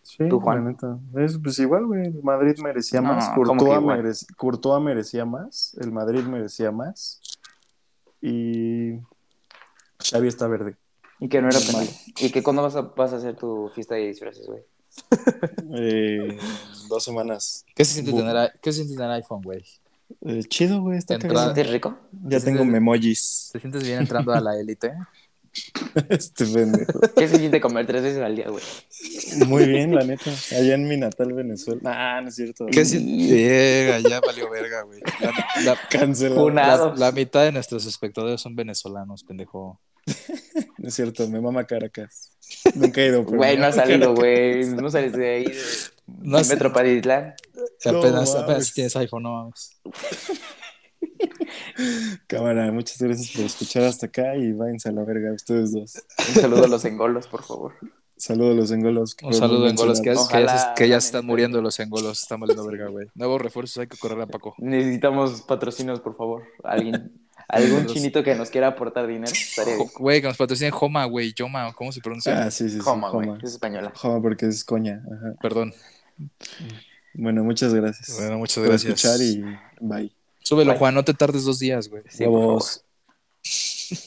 S3: Sí,
S2: Tú, Juan.
S3: la neta. Es, pues igual, güey. El Madrid merecía
S2: No,
S3: más.
S2: ¿cómo que
S3: Courtois,
S2: igual?
S3: merec- Courtois merecía más. El Madrid merecía más. Y. Xavi está verde.
S2: Y que no era penal. ¿Y que cuándo vas a, vas a hacer tu fiesta de disfraces, güey?
S3: Eh, dos semanas.
S1: ¿Qué se siente,
S3: Bu-
S1: tener, a- ¿qué se siente tener iPhone, güey?
S3: Eh, chido, güey. Está
S1: Entra-
S2: ¿Te
S1: Ah.
S3: cagado.
S2: sientes rico?
S3: Ya tengo memojis.
S1: ¿Te sientes bien entrando a la élite?
S3: Este pendejo.
S2: ¿Qué se siente comer tres veces al día, güey?
S3: Muy bien, la neta. Allá en mi natal Venezuela. Ah, no es cierto.
S1: ¿Qué sientes? Verga, ya valió verga, güey. La, la-
S3: Cancelado.
S2: Una-
S1: la- la mitad de nuestros espectadores son venezolanos, pendejo.
S3: No es cierto, me mama Caracas. Nunca he ido. pero
S2: Güey,
S3: me
S2: no has
S3: mama
S2: salido,
S3: Caracas.
S2: güey. No sales de ahí, de
S1: No
S2: del
S1: sé,
S2: Metro Paditlán.
S3: No
S1: apenas, apenas
S3: mames.
S1: si tienes iPhone, no mames.
S3: Cámara, muchas gracias por escuchar hasta acá y váyanse a la verga ustedes dos.
S2: Un saludo a los engolos, por favor.
S3: Saludos a los engolos. que
S1: Un saludo
S3: fueron
S1: en golos que,
S3: mencionados.
S1: que ya, se-
S2: Ojalá-
S1: que ya se están muriendo los engolos, están valiendo verga, güey. Nuevos refuerzos, hay que correr a Paco.
S2: Necesitamos patrocinios, por favor. Alguien, algún chinito que nos quiera aportar dinero. Estaría bien.
S1: Jo- Güey, que nos patrocinen Joma, güey, Joma, ¿cómo se pronuncia?
S3: Ah, sí, sí, sí.
S2: Joma,
S3: Joma,
S2: güey. Es española.
S3: Joma, porque es coña. Ajá.
S1: Perdón.
S3: Bueno, muchas gracias.
S1: Bueno, muchas
S3: por
S1: gracias.
S3: escuchar y bye.
S1: Súbelo,
S2: Bye.
S1: Juan, no te tardes dos días, güey.
S2: Sí, por favor.
S3: Huevos.